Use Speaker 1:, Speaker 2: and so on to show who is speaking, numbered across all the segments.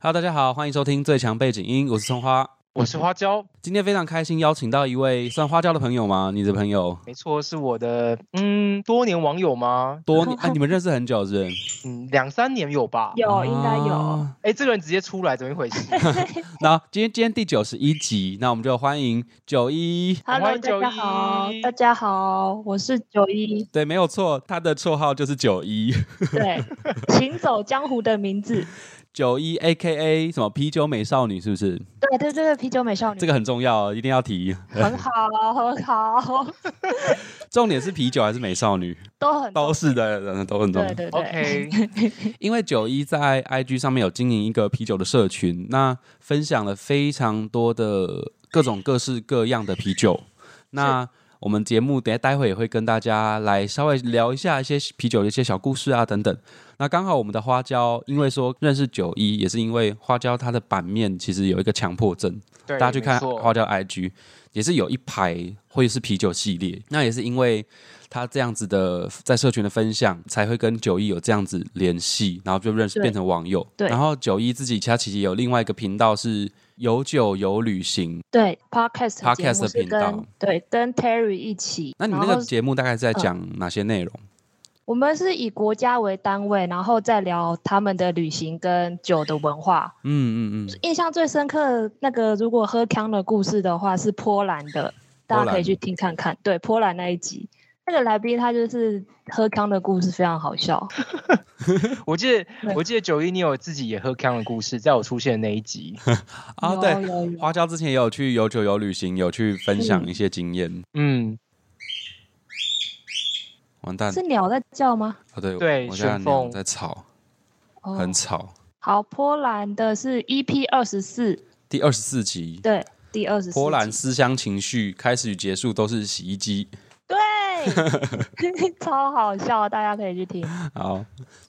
Speaker 1: Hello，大家好，欢迎收听最强背景音，我是葱花。
Speaker 2: 我是花椒，
Speaker 1: 今天非常开心邀请到一位算花椒的朋友吗？你的朋友
Speaker 2: 没错，是我的嗯多年网友吗？
Speaker 1: 多年，哎、你们认识很久是不是？
Speaker 2: 嗯，两三年有吧？
Speaker 1: 哦
Speaker 3: 有，应该有。
Speaker 1: 啊
Speaker 2: 哎，这个人直接出来，怎么一回事？
Speaker 1: 那今天今天第九十一集，那我们就欢迎九一。，
Speaker 2: 欢
Speaker 3: Hello，
Speaker 2: 迎
Speaker 3: 大家好
Speaker 2: 91，
Speaker 3: 大家好，我是九一
Speaker 1: 对，没有错，他的绰号就是九一，
Speaker 3: 对，行走江湖的名字，
Speaker 1: 九一 A K A 什么啤酒美少女是不是？
Speaker 3: 对对对对，啤酒美少女，
Speaker 1: 这个很重要，哦一定要提。
Speaker 3: 很好，很好，
Speaker 1: 重点是啤酒还是美少女？
Speaker 3: 都很
Speaker 1: 都是的，嗯都很重要
Speaker 3: 对。 对对，
Speaker 2: OK，
Speaker 1: 因为九一在 IG 上面有经营一个啤酒的社群，那分享了非常多的各种各式各样的啤酒。那我们节目等下待会也会跟大家来稍微聊一下一些啤酒的一些小故事啊等等。那刚好我们的花椒，因为说认识九一，也是因为花椒它的版面其实有一个强迫症，
Speaker 2: 对，
Speaker 1: 大家去看
Speaker 2: 没错
Speaker 1: 花椒 IG，也是有一排会是啤酒系列。那也是因为他这样子的在社群的分享，才会跟九一有这样子联系，然后就认识
Speaker 3: 对
Speaker 1: 变成网友。
Speaker 3: 对
Speaker 1: 然后九一自己他其实有另外一个频道是有酒有旅行。
Speaker 3: 对 Podcast 的节
Speaker 1: Podcast
Speaker 3: 目
Speaker 1: 的
Speaker 3: 是
Speaker 1: 频道
Speaker 3: 跟对跟 Terry 一起，
Speaker 1: 那你
Speaker 3: 然
Speaker 1: 们那
Speaker 3: 后
Speaker 1: 个节目大概是在讲哪些内容？
Speaker 3: 我们是以国家为单位，然后再聊他们的旅行跟酒的文化。
Speaker 1: 嗯嗯嗯，
Speaker 3: 印象最深刻的那个，如果喝康的故事的话，是波兰的，大家可以去听看看。对，波兰那一集，那个来宾他就是喝康的故事非常好笑。
Speaker 2: 我记得我记得九一，你有自己也喝康的故事，在我出现的那一集，
Speaker 1: 啊
Speaker 3: 有
Speaker 1: 对。
Speaker 3: 有有
Speaker 1: 花椒之前也有去有酒有旅行，有去分享一些经验。
Speaker 2: 嗯，
Speaker 1: 完蛋
Speaker 3: 是鸟在叫吗？
Speaker 1: 哦，对
Speaker 2: 对
Speaker 1: 我家
Speaker 2: 旋
Speaker 1: 鸟
Speaker 2: 风
Speaker 1: 在吵，
Speaker 3: 哦，
Speaker 1: 很吵。
Speaker 3: 好。波兰的是 EP 二十四，
Speaker 1: 第二十四集，
Speaker 3: 对，第二十四。
Speaker 1: 波兰思乡情绪开始与结束都是洗衣机。
Speaker 3: 对， 超好笑，大家可以去听。
Speaker 1: 好，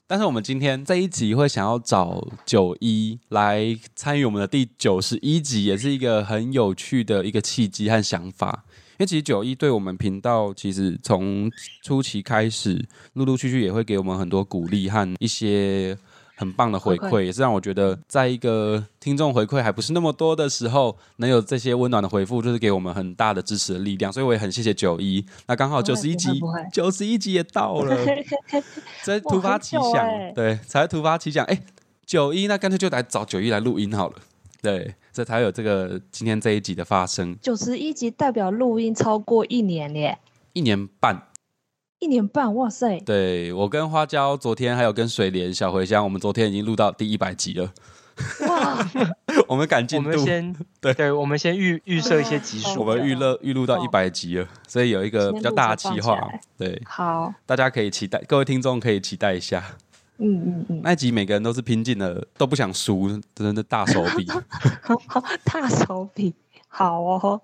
Speaker 1: 但是我们今天这一集会想要找九一来参与我们的第九十一集，也是一个很有趣的一个契机和想法。因为其实九一对我们频道，其实从初期开始，陆陆续续也会给我们很多鼓励和一些很棒的回
Speaker 3: 回
Speaker 1: 馈，也是让我觉得，在一个听众回馈还不是那么多的时候，能有这些温暖的回复，就是给我们很大的支持的力量。所以我也很谢谢九一。那刚好
Speaker 3: 不
Speaker 1: 九
Speaker 3: 会
Speaker 1: 十一
Speaker 3: 不会
Speaker 1: 集
Speaker 3: 不会，
Speaker 1: 九十一集也到了，这
Speaker 3: 哇
Speaker 1: 突发
Speaker 3: 很
Speaker 1: 奇
Speaker 3: 久
Speaker 1: 想，
Speaker 3: 欸
Speaker 1: 对，才会突发奇想。哎、九一那干脆就来找九一来录音好了，对，这才会有这个今天这一集的发生。
Speaker 3: 九十一集代表录音超过一年耶，
Speaker 1: 一年半，
Speaker 3: 一年半，哇塞！
Speaker 1: 对我跟花椒昨天还有跟水莲、小茴香，我们昨天已经录到第一百集了，
Speaker 3: 哇，
Speaker 1: 我们赶
Speaker 2: 我
Speaker 1: 进
Speaker 2: 们
Speaker 1: 度，
Speaker 2: 先
Speaker 1: 对
Speaker 2: 我们先预预设一些集
Speaker 3: 哦
Speaker 1: 我
Speaker 2: 数，
Speaker 1: 们预乐预录到
Speaker 3: 哦
Speaker 1: 一百集了，所以有一个比较大的
Speaker 3: 先
Speaker 1: 计
Speaker 3: 录着
Speaker 1: 划
Speaker 3: 放下来，
Speaker 1: 对，
Speaker 3: 好，
Speaker 1: 大家可以期待，各位听众可以期待一下。
Speaker 3: 嗯嗯嗯，
Speaker 1: 那一集每个人都是拼尽了，都不想输，真的大手笔。
Speaker 3: 大手笔，好哦，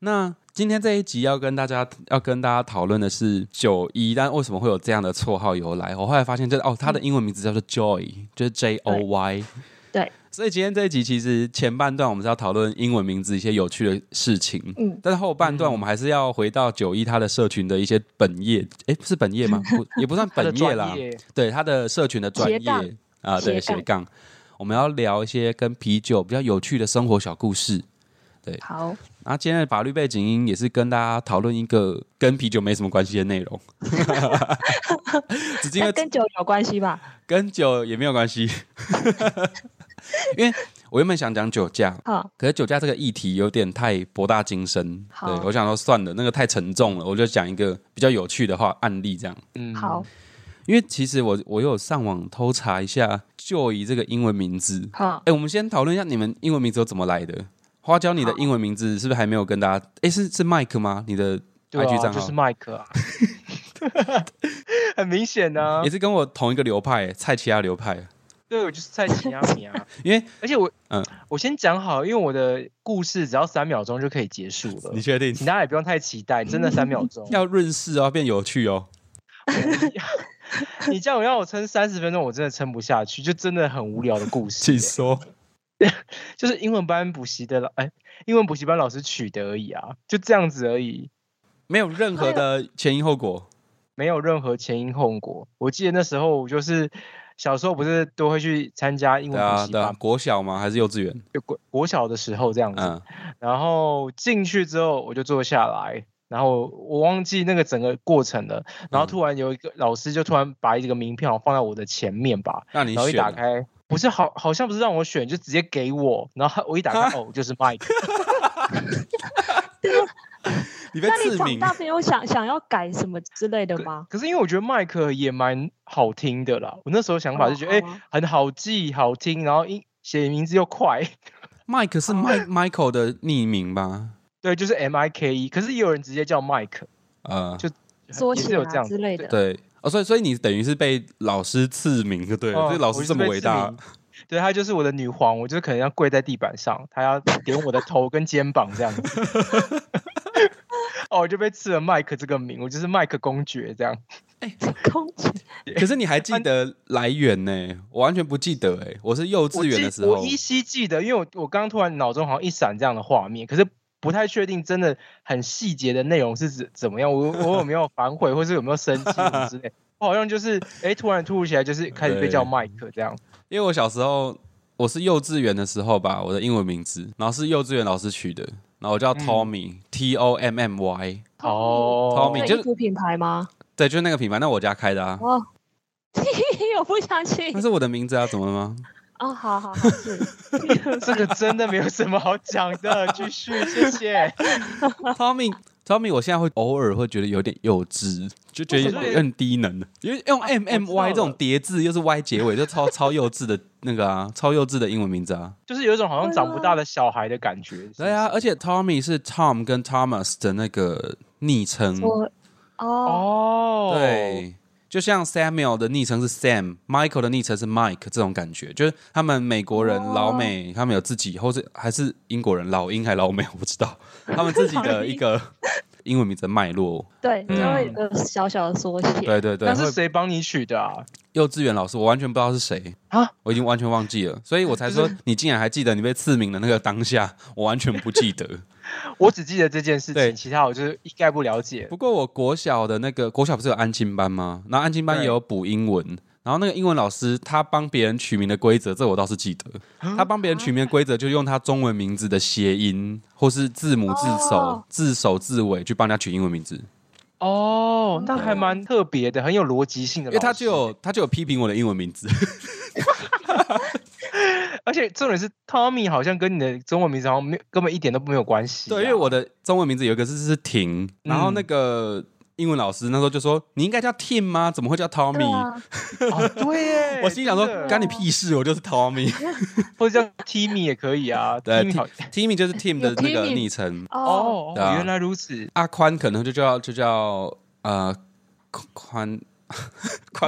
Speaker 1: 那今天这一集要跟大家要跟大家讨论的是九一，但为什么会有这样的绰号由来？我后来发现这哦，它的英文名字叫做 Joy，就是 J O Y。
Speaker 3: 对，
Speaker 1: 所以今天这一集其实前半段我们是要讨论英文名字一些有趣的事情，
Speaker 3: 嗯，
Speaker 1: 但是后半段我们还是要回到九一它的社群的一些本业，诶，是本业 吗？不，也不算
Speaker 2: 他的
Speaker 1: 本业啦
Speaker 2: 专，业
Speaker 1: 对它的社群的专
Speaker 3: 斜杠
Speaker 1: 业啊，对
Speaker 3: 斜杠
Speaker 1: 斜杠，我们要聊一些跟啤酒比较有趣的生活小故事。
Speaker 3: 好，
Speaker 1: 然后今天的法律背景音也是跟大家讨论一个跟啤酒没什么关系的内容， 只是因
Speaker 3: 那
Speaker 1: 为
Speaker 3: 跟酒有关系吧？
Speaker 1: 跟酒也没有关系，因为我原本想讲酒驾，
Speaker 3: 哈，
Speaker 1: 可是酒驾这个议题有点太博大精深，对
Speaker 3: 好
Speaker 1: 我想说算了，那个太沉重了，我就讲一个比较有趣的话案例这样。
Speaker 2: 嗯，
Speaker 3: 好，
Speaker 1: 因为其实我我有上网偷查一下 “joy” 这个英文名字，
Speaker 3: 哈，
Speaker 1: 哎，我们先讨论一下你们英文名字都怎么来的。花椒，你的
Speaker 3: 好
Speaker 1: 英文名字是不是还没有跟大家？哎，是是 Mike 吗？你的
Speaker 2: 对
Speaker 1: IG 账
Speaker 2: 啊，
Speaker 1: 号
Speaker 2: 就是 麦克啊，很明显呢
Speaker 1: 也，是跟我同一个流派，蔡奇亚流派。
Speaker 2: 对，我就是蔡奇亚米 啊。
Speaker 1: 因为
Speaker 2: 而且我，
Speaker 1: 嗯
Speaker 2: 嗯，我先讲好，因为我的故事只要三秒钟就可以结束了，
Speaker 1: 确定。
Speaker 2: 请大家也不用太期待，真的三秒钟
Speaker 1: 要润饰哦，变有趣哦？
Speaker 2: 你这样让我撑三十分钟，我真的撑不下去，就真的很无聊的故事、
Speaker 1: 请
Speaker 2: 欸
Speaker 1: 说。
Speaker 2: 就是英文班补习的老，哎、英文补习班老师取得而已啊，就这样子而已，
Speaker 1: 没有任何的前因后果。
Speaker 2: 没有任何前因后果。我记得那时候我就是小时候不是都会去参加英
Speaker 1: 对
Speaker 2: 文补
Speaker 1: 啊，
Speaker 2: 习
Speaker 1: 对啊
Speaker 2: 班，，
Speaker 1: 国小吗？还是幼稚园？
Speaker 2: 就国国小的时候这样子。
Speaker 1: 嗯，
Speaker 2: 然后进去之后我就坐下来，然后我忘记那个整个过程了。然后
Speaker 1: 嗯
Speaker 2: 突然有一个老师就突然把一个名片好像放在我的前面吧，
Speaker 1: 让你
Speaker 2: 然后一
Speaker 1: 选
Speaker 2: 打
Speaker 1: 啊。
Speaker 2: 开，不是好好像不是让我选，就直接给我。然后他我一打开，哦，就是 Mike。
Speaker 1: 你被
Speaker 3: 那你
Speaker 1: 刺
Speaker 3: 长
Speaker 1: 名，
Speaker 3: 大没有想想要改什么之类的吗？
Speaker 2: 可是因为我觉得麦克也蛮好听的啦，我那时候想法
Speaker 3: 哦
Speaker 2: 就觉得，
Speaker 3: 好
Speaker 2: 哎、
Speaker 3: 啊
Speaker 2: 很好记、好听，然后一写名字又快，
Speaker 1: Mike 是 Mike Michael 的匿名吧？
Speaker 2: 对，就是 M I K E。可是也有人直接叫麦克，
Speaker 1: 呃，
Speaker 2: 就
Speaker 3: 缩
Speaker 2: 也是
Speaker 3: 写
Speaker 2: 有这
Speaker 3: 啊
Speaker 2: 样
Speaker 3: 之类的。
Speaker 1: 对哦，所以所以你等于是被老师赐名，就对了。
Speaker 2: 嗯
Speaker 1: 这老
Speaker 2: 我
Speaker 1: 师
Speaker 2: 就是
Speaker 1: 这么
Speaker 2: 被
Speaker 1: 伟
Speaker 2: 刺
Speaker 1: 大
Speaker 2: 名，对，她就是我的女皇，我就可能要跪在地板上，她要点我的头跟肩膀这样 子。哦，我就被赐了麦克这个名，我就是麦克公爵这样。
Speaker 3: 空姐
Speaker 1: 可是你还记得来源呢？我完全不记得哎，我是幼稚
Speaker 2: 我
Speaker 1: 园
Speaker 2: 记
Speaker 1: 的时
Speaker 2: 我
Speaker 1: 候，
Speaker 2: 依稀记得，因为我我刚刚突然脑中好像一闪这样的画面，可是不太确定真的很细节的内容是怎怎么样，我我有没有反悔，或是有没有生气什么 之类。我好像就是哎、突然突如其来就是开始被叫
Speaker 1: 对
Speaker 2: 麦克这样。
Speaker 1: 因为我小时候我是幼稚园的时候吧，我的英文名字，然后是幼稚园老师取的，然后我叫
Speaker 2: 嗯
Speaker 1: Tommy，T、O M M Y，
Speaker 2: 哦
Speaker 1: Tommy
Speaker 3: 对
Speaker 1: 就是
Speaker 3: 衣服品牌吗？
Speaker 1: 对，就是那个品牌，那我家开的啊，
Speaker 3: 哦， 我不相信
Speaker 1: 那。是嗯我的名字啊，怎么了吗？
Speaker 3: 哦，好好好， 是
Speaker 2: 这个真的没有什么好讲的，继续谢谢。
Speaker 1: Tommy。Tommy，我现在会偶尔会觉得有点幼稚，就觉得
Speaker 2: 为什么
Speaker 1: 有点低能，因为用 M M
Speaker 2: 我知道
Speaker 1: Y
Speaker 2: 了
Speaker 1: 这种叠字又是 Y 结尾，就超超幼稚的那个啊，超幼稚的英文名字啊。
Speaker 2: 就是有一种好像长不大的小孩的感觉。是不
Speaker 1: 对啊，
Speaker 2: 是
Speaker 1: 而且 Tommy 是 Tom 跟 Thomas 的那个昵称，
Speaker 3: 我哦，
Speaker 2: 哦，，
Speaker 1: 对，就像 Samuel 的昵称是 Sam，Michael 的昵称是 Mike，这种感觉，就是他们美国人、
Speaker 3: 哦
Speaker 1: 老美，他们有自己，或是还是英国人，老英还老美，我不知 道，他们自己的一个英文名字的脉络。
Speaker 3: 对，
Speaker 1: 嗯
Speaker 3: 就会有个小小的缩写。
Speaker 1: 对对对，
Speaker 2: 那
Speaker 1: 会
Speaker 2: 是谁帮你取的啊？
Speaker 1: 幼稚园老师，我完全不知道是谁
Speaker 2: 啊，
Speaker 1: 我已经完全忘记了，所以我才 说你竟然还记得你被赐名的那个当下，我完全不记得。
Speaker 2: 我只记得这件事
Speaker 1: 对
Speaker 2: 情，其他我就是一概不了解。
Speaker 1: 不过我国小的那个国小不是有安亲班吗？然后安亲班
Speaker 2: 对
Speaker 1: 也有补英文，然后那个英文老师他帮别人取名的规则，这我倒是记得。他帮别人取名的规则就用他中文名字的谐音或是字母字首、
Speaker 3: 哦
Speaker 1: 字首字尾去帮人家取英文名字，
Speaker 2: 哦，那
Speaker 3: 对
Speaker 2: 还蛮特别的，很有逻辑性的
Speaker 1: 因
Speaker 2: 老师。
Speaker 1: 为他就有他就有批评我的英文名字。
Speaker 2: 而且重点是 Tommy 好像跟你的中文名字好像没有根本一点都没有关系啊、
Speaker 1: 对，因为我的中文名字有一个字是婷，然后
Speaker 2: 嗯
Speaker 1: 那个英文老师那时候就说你应该叫 Tim 吗？怎么会叫 Tommy？、，
Speaker 3: 对啊，
Speaker 2: 哦对啊耶
Speaker 1: 我心里想说
Speaker 2: 真的
Speaker 1: 干你屁事，我就是 Tommy。
Speaker 2: 或者叫 Timmy 也可以啊。
Speaker 1: 对
Speaker 2: Timmy 好
Speaker 1: Timmy 就是 Tim 的
Speaker 3: 有
Speaker 1: 那个
Speaker 3: Timmy
Speaker 1: 昵称。
Speaker 3: 哦，
Speaker 2: 哦，
Speaker 1: 对啊
Speaker 2: 原来 如此。
Speaker 1: 阿宽可能就叫就叫呃宽宽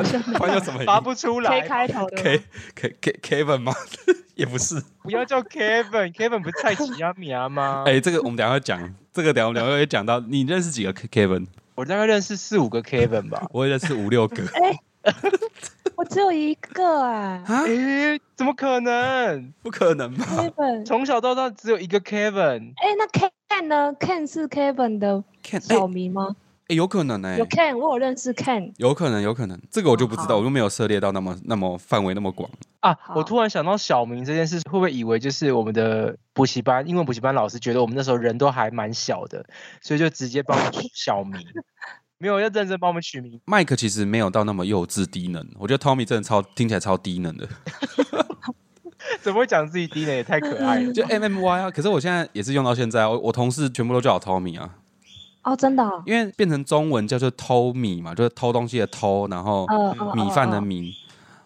Speaker 1: 宽叫什么
Speaker 2: 发不出
Speaker 3: ，K
Speaker 2: 来，
Speaker 3: 开头的吗
Speaker 1: K K K Kevin 吗？ 也不是。
Speaker 2: 不要叫 Kevin，Kevin 不是蔡奇亚米亚啊吗？
Speaker 1: 哎、这个我们等一下会讲，这个等一下我们等一下会讲到。你认识几个 K- Kevin？
Speaker 2: 我大概认识四五个 Kevin 吧。
Speaker 1: 我也认识五六个
Speaker 3: 我只有一个 哎
Speaker 1: 啊，
Speaker 2: 诶，怎么可能？
Speaker 1: 不可能吧
Speaker 3: ，Kevin。
Speaker 2: 从小到大只有一个 Kevin，
Speaker 3: 哎，那 Ken 呢？Ken 是 Kevin 的
Speaker 1: ？Ken 哎、
Speaker 3: 小名吗？
Speaker 1: 哎有可能哎、
Speaker 3: 有 Ken，我有认识 Ken。
Speaker 1: 有可能有可能，这个我就不知道，
Speaker 3: 好
Speaker 1: 我就没有涉猎到那么那么范围那么广。
Speaker 2: 啊，
Speaker 3: 好
Speaker 2: 我突然想到小明这件事，会不会以为就是我们的补习班，英文补习班老师觉得我们那时候人都还蛮小的，所以就直接帮我们 取小明，没有要认真帮我们取名。
Speaker 1: 麦克其实没有到那么幼稚低能，我觉得 Tommy 真的超听起来超低能的，
Speaker 2: 怎么会讲自己低呢？也太可爱 了。
Speaker 1: 就 M M Y 啊。可是我现在也是用到现在啊，我我同事全部都叫我 Tommy 啊。
Speaker 3: 哦，真的啊。
Speaker 1: 因为变成中文叫做偷米嘛，就是偷东西的偷，然后
Speaker 2: 哦
Speaker 3: 嗯嗯
Speaker 1: 米饭的米，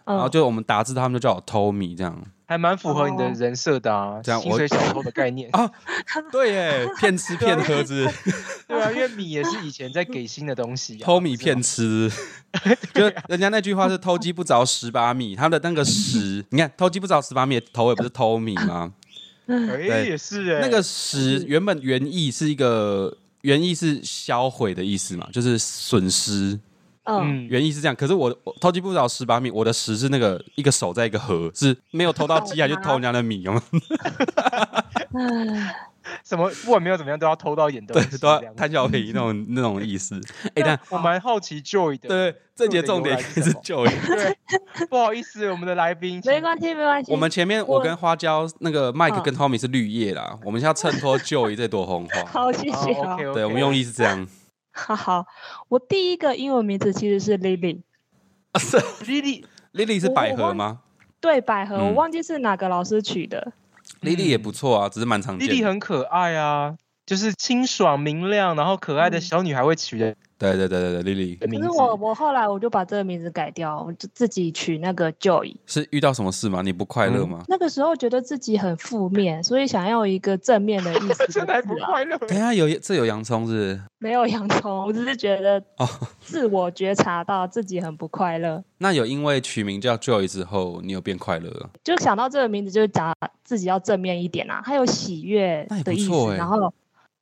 Speaker 3: 嗯
Speaker 1: 然后就我们打字，他们就叫我偷米这样。
Speaker 2: 还蛮符合你的
Speaker 3: 哦
Speaker 2: 人设的啊，
Speaker 1: 这样
Speaker 2: 薪
Speaker 1: 我
Speaker 2: 水小偷的概 念。
Speaker 1: 啊对耶，骗吃骗喝之，
Speaker 2: 对啊，因为米也是以前在给薪的东西、啊，
Speaker 1: 偷米
Speaker 2: 不是啊吗
Speaker 1: 骗。吃。就人家那句话是偷鸡不着蚀把米，他的那个蚀，你看偷鸡不着蚀把米，头也不是偷米吗？
Speaker 2: 哎，
Speaker 1: 对
Speaker 2: 也是哎、
Speaker 1: 那个蚀原本原意是一个原意是销毁的意思嘛，就是损失，
Speaker 3: 嗯，
Speaker 2: 嗯，
Speaker 1: 原意是这样，可是我我偷鸡不着蚀把米，我的蚀是那个一个手
Speaker 2: 嗯
Speaker 1: 在一个河，是没有偷到鸡啊，就偷人家的米，有没有？
Speaker 3: 唉
Speaker 2: 什么不管没有怎么样都要偷到一点东
Speaker 1: 对
Speaker 2: 西，，
Speaker 1: 都要
Speaker 2: 这样
Speaker 1: 贪小便宜那种那种意思。哎，但
Speaker 2: 我蛮好奇 Joy 的，
Speaker 1: 对这节重点应该是 Joy。
Speaker 2: 对，不好意思，我们的来宾，
Speaker 3: 没关系，没关系。
Speaker 1: 我们前面我
Speaker 3: 我
Speaker 1: 跟花椒那个 Mike
Speaker 3: 嗯
Speaker 1: 跟 Tommy 是绿叶啦，我们现在衬托 Joy 这朵红花。
Speaker 3: 好，谢
Speaker 2: 系
Speaker 3: 谢啊。
Speaker 2: 哦 OK，
Speaker 1: 对，我们用意是这样。
Speaker 3: 好好，我第一个英文名字其实是 Lily，
Speaker 1: 啊是
Speaker 2: Lily
Speaker 1: Lily 是
Speaker 3: 我
Speaker 1: 百
Speaker 3: 我
Speaker 1: 合
Speaker 3: 忘
Speaker 1: 吗
Speaker 3: 对，百合，我
Speaker 1: 嗯
Speaker 3: 忘记是哪个老师取的。
Speaker 1: ？Lily 也不错啊，只是蛮常见
Speaker 2: Lily
Speaker 1: 的。
Speaker 2: 很可爱啊，就是清爽明亮，然后可爱的
Speaker 3: 嗯
Speaker 2: 小女孩会取的
Speaker 1: 对对对对对，Lily
Speaker 2: 名
Speaker 3: 可
Speaker 2: 字
Speaker 3: 是。我我后来我就把这个名字改掉，我就自己取那个 Joy。
Speaker 1: 是遇到什么事吗？你不快乐吗？
Speaker 3: 那个时候觉得自己很负面，所以想要一个正面的意 思。啊
Speaker 2: 真的还不快乐，
Speaker 1: 等一下有这有洋葱是
Speaker 3: 没有洋葱，我只是觉得
Speaker 1: 不是哦。
Speaker 3: 自我觉察到自己很不快乐，
Speaker 1: 那有因为取名叫 Joy 之后，你有变快乐了？
Speaker 3: 就想到这个名字，就讲自己要正面一点啊，还有喜悦
Speaker 1: 那也不
Speaker 3: 的意
Speaker 1: 错
Speaker 3: 思。
Speaker 1: 欸
Speaker 3: 然后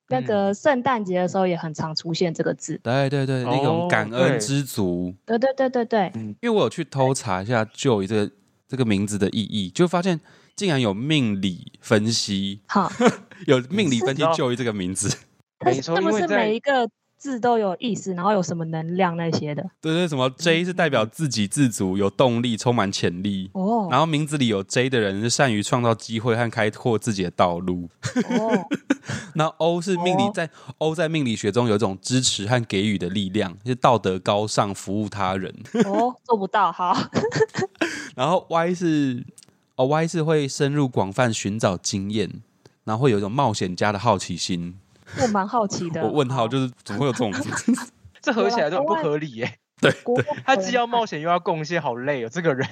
Speaker 3: 那个圣诞节的时候也很常出现这个字。
Speaker 1: 对对对，那种
Speaker 2: 哦
Speaker 1: 感恩
Speaker 2: 对
Speaker 1: 知足。
Speaker 3: 对对对对对，
Speaker 1: 因为我有去偷查一下 Joy 这个这个名字的意义，就发现竟然有命理分 析，
Speaker 3: 好，
Speaker 1: 有命理分析
Speaker 2: 你知
Speaker 3: 哦
Speaker 2: 道
Speaker 1: Joy 这个名字。
Speaker 3: 但
Speaker 2: 没
Speaker 3: 是
Speaker 2: 错，
Speaker 3: 是
Speaker 2: 因
Speaker 3: 不
Speaker 2: 为
Speaker 3: 是每
Speaker 2: 在
Speaker 3: 一个字都有意思，然后有什么能量那些的？
Speaker 1: 对对，什
Speaker 3: 嗯
Speaker 1: 么 J 是代表自给自足、有动力、充满潜力。
Speaker 3: 哦
Speaker 1: 然后名字里有 J 的人是善于创造机会和开拓自己的道路。
Speaker 3: 哦，
Speaker 1: 那 O 是命理
Speaker 3: 哦
Speaker 1: 在 O 在命理学中有一种支持和给予的力量，就是道德高尚、服务他人。
Speaker 3: 哦，做不到，好，
Speaker 1: 然后 Y 是哦 Y 是会深入广泛寻找经验，然后会有一种冒险家的好奇心。
Speaker 3: 我蛮好奇的。
Speaker 1: 我问号就是怎么会有这种
Speaker 2: 这合起来都很不
Speaker 3: 啊
Speaker 2: 合理耶。
Speaker 3: 国外
Speaker 2: 他既要冒险又要贡献，好累哦，这个人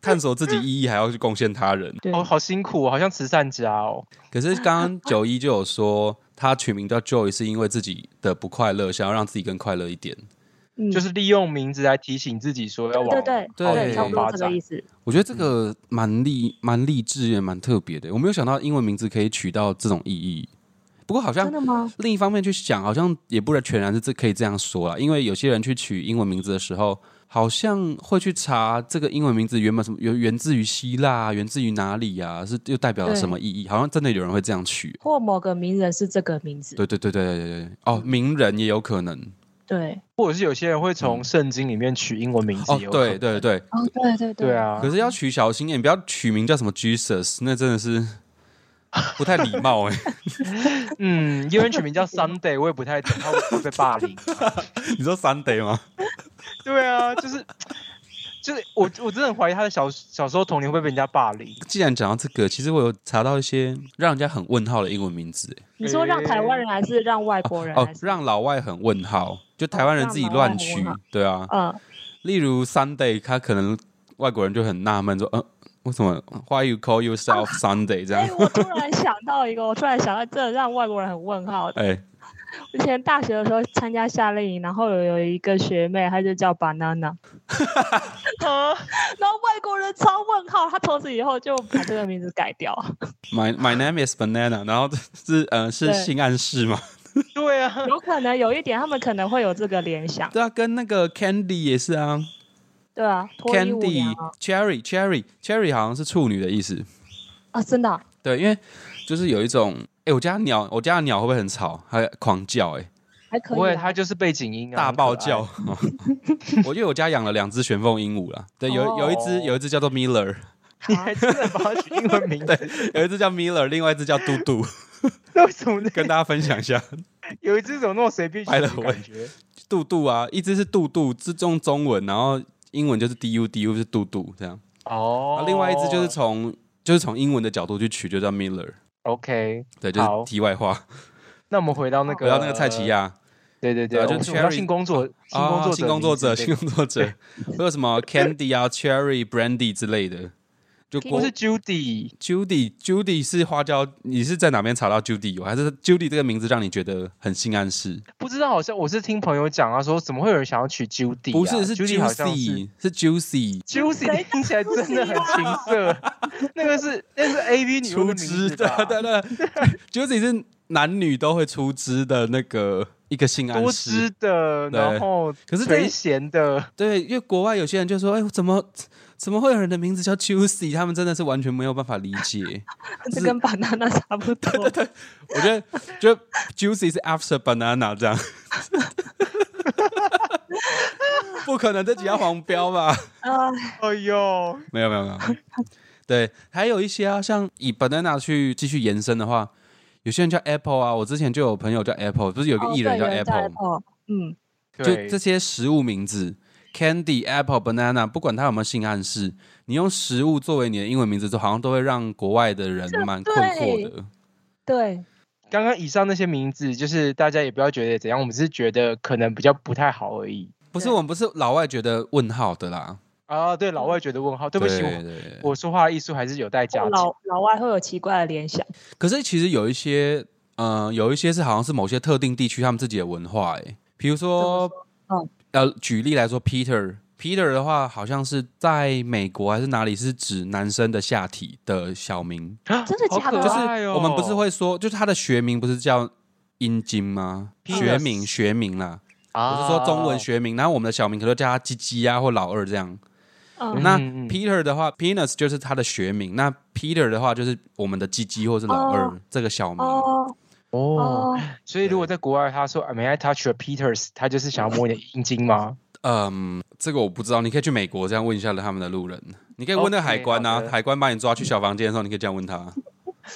Speaker 1: 探索自己意义还要去贡献他人？
Speaker 3: 对
Speaker 2: 好好辛苦哦，好像慈善家哦。
Speaker 1: 可是刚刚九一就有说，他取名叫 Joy 是因为自己的不快乐，想要让自己更快乐一点。
Speaker 3: 嗯
Speaker 2: 就是利用名字来提醒自己说要往
Speaker 3: 对对
Speaker 1: 往好
Speaker 3: 对对，差
Speaker 1: 的
Speaker 3: 不
Speaker 1: 方
Speaker 3: 多
Speaker 2: 向
Speaker 3: 这
Speaker 2: 发
Speaker 3: 个意
Speaker 2: 展
Speaker 3: 思。
Speaker 1: 我觉得这个蛮励蛮励志也蛮特别的。我没有想到英文名字可以取到这种意义。不过好像
Speaker 3: 真的吗？
Speaker 1: 另一方面去想，好像也不全然是这可以这样说啦，因为有些人去取英文名字的时候，好像会去查这个英文名字原本什么源源自于希腊、啊，源自于哪里呀、啊，是又代表了什么意义？好像真的有人会这样取。
Speaker 3: 或某个名人是这个名字，
Speaker 1: 对对对对对对对，哦，名人也有可能
Speaker 3: 对，
Speaker 2: 或者是有些人会从圣经里面取英文名字
Speaker 1: 嗯哦
Speaker 2: 也，有可
Speaker 1: 对
Speaker 2: 能，
Speaker 1: 对对，
Speaker 3: 哦，对对
Speaker 2: 对，啊
Speaker 1: 可，是要取小心一点，不要取名叫什么 Jesus，那真的是不太礼貌哎、
Speaker 2: 嗯，有人取名叫 Sunday，我也不太懂，他会不会被霸凌啊、
Speaker 1: 你说 Sunday 吗？
Speaker 2: 对啊，就是就是我我真的很怀疑他的小小时候童年会被人家霸凌。
Speaker 1: 既然讲到这个，其实我有查到一些让人家很问号的英文名字、欸
Speaker 3: 你说让台湾人还是让外国人？
Speaker 1: 哦
Speaker 3: 还，是
Speaker 1: 让老外很问号，就台湾人自己乱取
Speaker 3: 让老外很问，
Speaker 1: 对啊。
Speaker 3: 嗯，
Speaker 1: 例如 Sunday，他可能外国人就很纳闷说，嗯、为什么 Why you call yourself Sunday 这
Speaker 3: 哎
Speaker 1: 样，？
Speaker 3: 我突然想到一个，我突然想到，这让外国人很问号。
Speaker 1: 哎、
Speaker 3: 之前大学的时候参加夏令营，然后有有一个学妹，她就叫 banana，
Speaker 2: 啊，
Speaker 3: 然后外国人超问号，她从此以后就把这个名字改掉。
Speaker 1: m y My name is banana，然后是呃是
Speaker 3: 对
Speaker 1: 性暗示 吗？
Speaker 2: 对啊，
Speaker 3: 有可能有一点，他们可能会有这个联想，
Speaker 1: 对啊，跟那个 Candy 也是啊
Speaker 3: 对啊，脱衣舞娘
Speaker 1: ，Candy
Speaker 3: 啊，
Speaker 1: Cherry Cherry Cherry 好像是处女的意思，
Speaker 3: 啊真的啊、
Speaker 1: 对，因为就是有一种，哎、我家鸟，我家的鸟会不会很吵，还狂叫、哎。
Speaker 3: 还可
Speaker 2: 不会，
Speaker 3: 以、
Speaker 2: 他
Speaker 3: 啊。
Speaker 2: 就是背景音啊，
Speaker 1: 大
Speaker 2: 很可
Speaker 1: 爆
Speaker 2: 爱
Speaker 1: 叫。 我因为我家养了两只玄凤鹦鹉啦，对，有有一只
Speaker 2: 哦
Speaker 1: 有一只叫做 Miller，
Speaker 2: 你还啊真的帮他取英文名字？
Speaker 1: 有一只叫 Miller，另外一只叫嘟嘟，
Speaker 2: 那为什么那
Speaker 1: 跟大家分享一下。
Speaker 2: 有一只怎么那么随便取
Speaker 1: 拍了
Speaker 2: 的
Speaker 1: 我
Speaker 2: 感觉？
Speaker 1: 嘟嘟啊，一只是嘟嘟，是用中文，然后英文就是 D U D U 是嘟嘟这样，然
Speaker 2: 哦
Speaker 1: 后，另外一只就是从就是从英文的角度去取，就叫 Miller。
Speaker 2: OK。
Speaker 1: 对，就是
Speaker 2: 好
Speaker 1: 题外话。
Speaker 2: 那我们回到那个，
Speaker 1: 回到那个蔡奇，亚
Speaker 2: 对对
Speaker 1: 对啊
Speaker 2: 对，
Speaker 1: 就
Speaker 2: 我们回到
Speaker 1: Cherry-
Speaker 2: 性工作，性工
Speaker 1: 啊
Speaker 2: 作者，
Speaker 1: 性工作者，
Speaker 2: 名字
Speaker 1: 性工作者， 会有什么 Candy 啊、Cherry、Brandy 之类的，就
Speaker 3: 听
Speaker 1: 国
Speaker 2: 或是 Judy，
Speaker 1: Judy，Judy 是花椒，你是在哪边查到 Judy？有还是 Judy 这个名字让你觉得很性暗示？
Speaker 2: 不知道好像我是听朋友讲啊，说怎么会有人想要取 Judy？、啊、
Speaker 1: 不是，是
Speaker 2: Judy 好像是
Speaker 1: Juicy，是 Juicy，
Speaker 2: Juicy，听 起来真的很情色。那个是那是 A V 女优
Speaker 1: 出
Speaker 2: 的名
Speaker 1: 汁
Speaker 2: 字
Speaker 1: 的，
Speaker 2: 吧？
Speaker 1: 对啊对对，Juicy 是男女都会出汁的那个一个性暗
Speaker 2: 多
Speaker 1: 示
Speaker 2: 汁。的，
Speaker 1: 对
Speaker 2: 然后
Speaker 1: 可是这
Speaker 2: 垂涎的，
Speaker 1: 对，因为国外有些人就说：“哎，怎么怎么会有人的名字叫 Juicy？他们真的是完全没有办法理 解。
Speaker 3: 这跟 banana 差不多。
Speaker 1: 对对对，我觉得就 Juicy 是 after banana 这 样。不可能，这几要黄标吧？
Speaker 3: 啊，
Speaker 2: 哎呦，
Speaker 1: 没有没有 没有。对，还有一些啊，像以 banana 去继续延伸的话，有些人叫 Apple 啊，我之前就有朋友叫 Apple，不是有个
Speaker 3: 哦
Speaker 1: 艺人
Speaker 3: 对
Speaker 1: 叫
Speaker 3: 有人
Speaker 1: Apple，,、
Speaker 3: Apple，嗯，
Speaker 1: 就
Speaker 2: 对，
Speaker 1: 这些食物名字，candy、apple、banana，不管它有没有性暗示，你用食物作为你的英文名字，都好像都会让国外的人
Speaker 3: 啊
Speaker 1: 蛮困惑的。
Speaker 3: 对，
Speaker 2: 刚刚以上那些名字，就是大家也不要觉得怎样，我们只是觉得可能比较不太好而已。
Speaker 1: 不是我们不是老外觉得问号的啦，
Speaker 2: 啊，对，老外觉得问号，对不起，
Speaker 1: 对对
Speaker 2: 我
Speaker 1: 对
Speaker 2: 我说话的艺术还是有待加强。
Speaker 3: 老老外会有奇怪的联想，
Speaker 1: 可是其实有一些，呃，有一些是好像是某些特定地区他们自己的文化、欸，比如说，
Speaker 3: 嗯
Speaker 1: 呃，举例来说，Peter。Peter 的话，好像是在美国还是哪里是指男生的下体的小名，
Speaker 3: 真的
Speaker 2: 好
Speaker 3: 假
Speaker 2: 可
Speaker 3: 的
Speaker 1: 就
Speaker 3: 啊？
Speaker 2: 爱
Speaker 1: 是
Speaker 2: 哦
Speaker 1: 我们不是会说，就是他的学名不是叫阴茎吗？
Speaker 2: 嗯
Speaker 1: 学名学名啦，我
Speaker 2: 啊
Speaker 1: 是说中文学名，然后我们的小名可能叫他鸡鸡啊或老二这样。
Speaker 3: 嗯
Speaker 1: 那
Speaker 2: 嗯嗯
Speaker 1: Peter 的话，Penis 就是他的学名，那 Peter 的话就是我们的鸡鸡或是老二、
Speaker 3: 哦
Speaker 1: 这个小名。
Speaker 3: 哦
Speaker 2: 哦。
Speaker 3: 哦，
Speaker 2: 所以如果在国外，他说 “May I touch your Peters”，他就是想要摸你的阴茎吗？
Speaker 1: 嗯，这个我不知道，你可以去美国这样问一下他们的路人，你可以问那个
Speaker 2: OK，
Speaker 1: 海关啊
Speaker 2: 好的
Speaker 1: 海关把你抓去小房间的时候，你可以这样问他。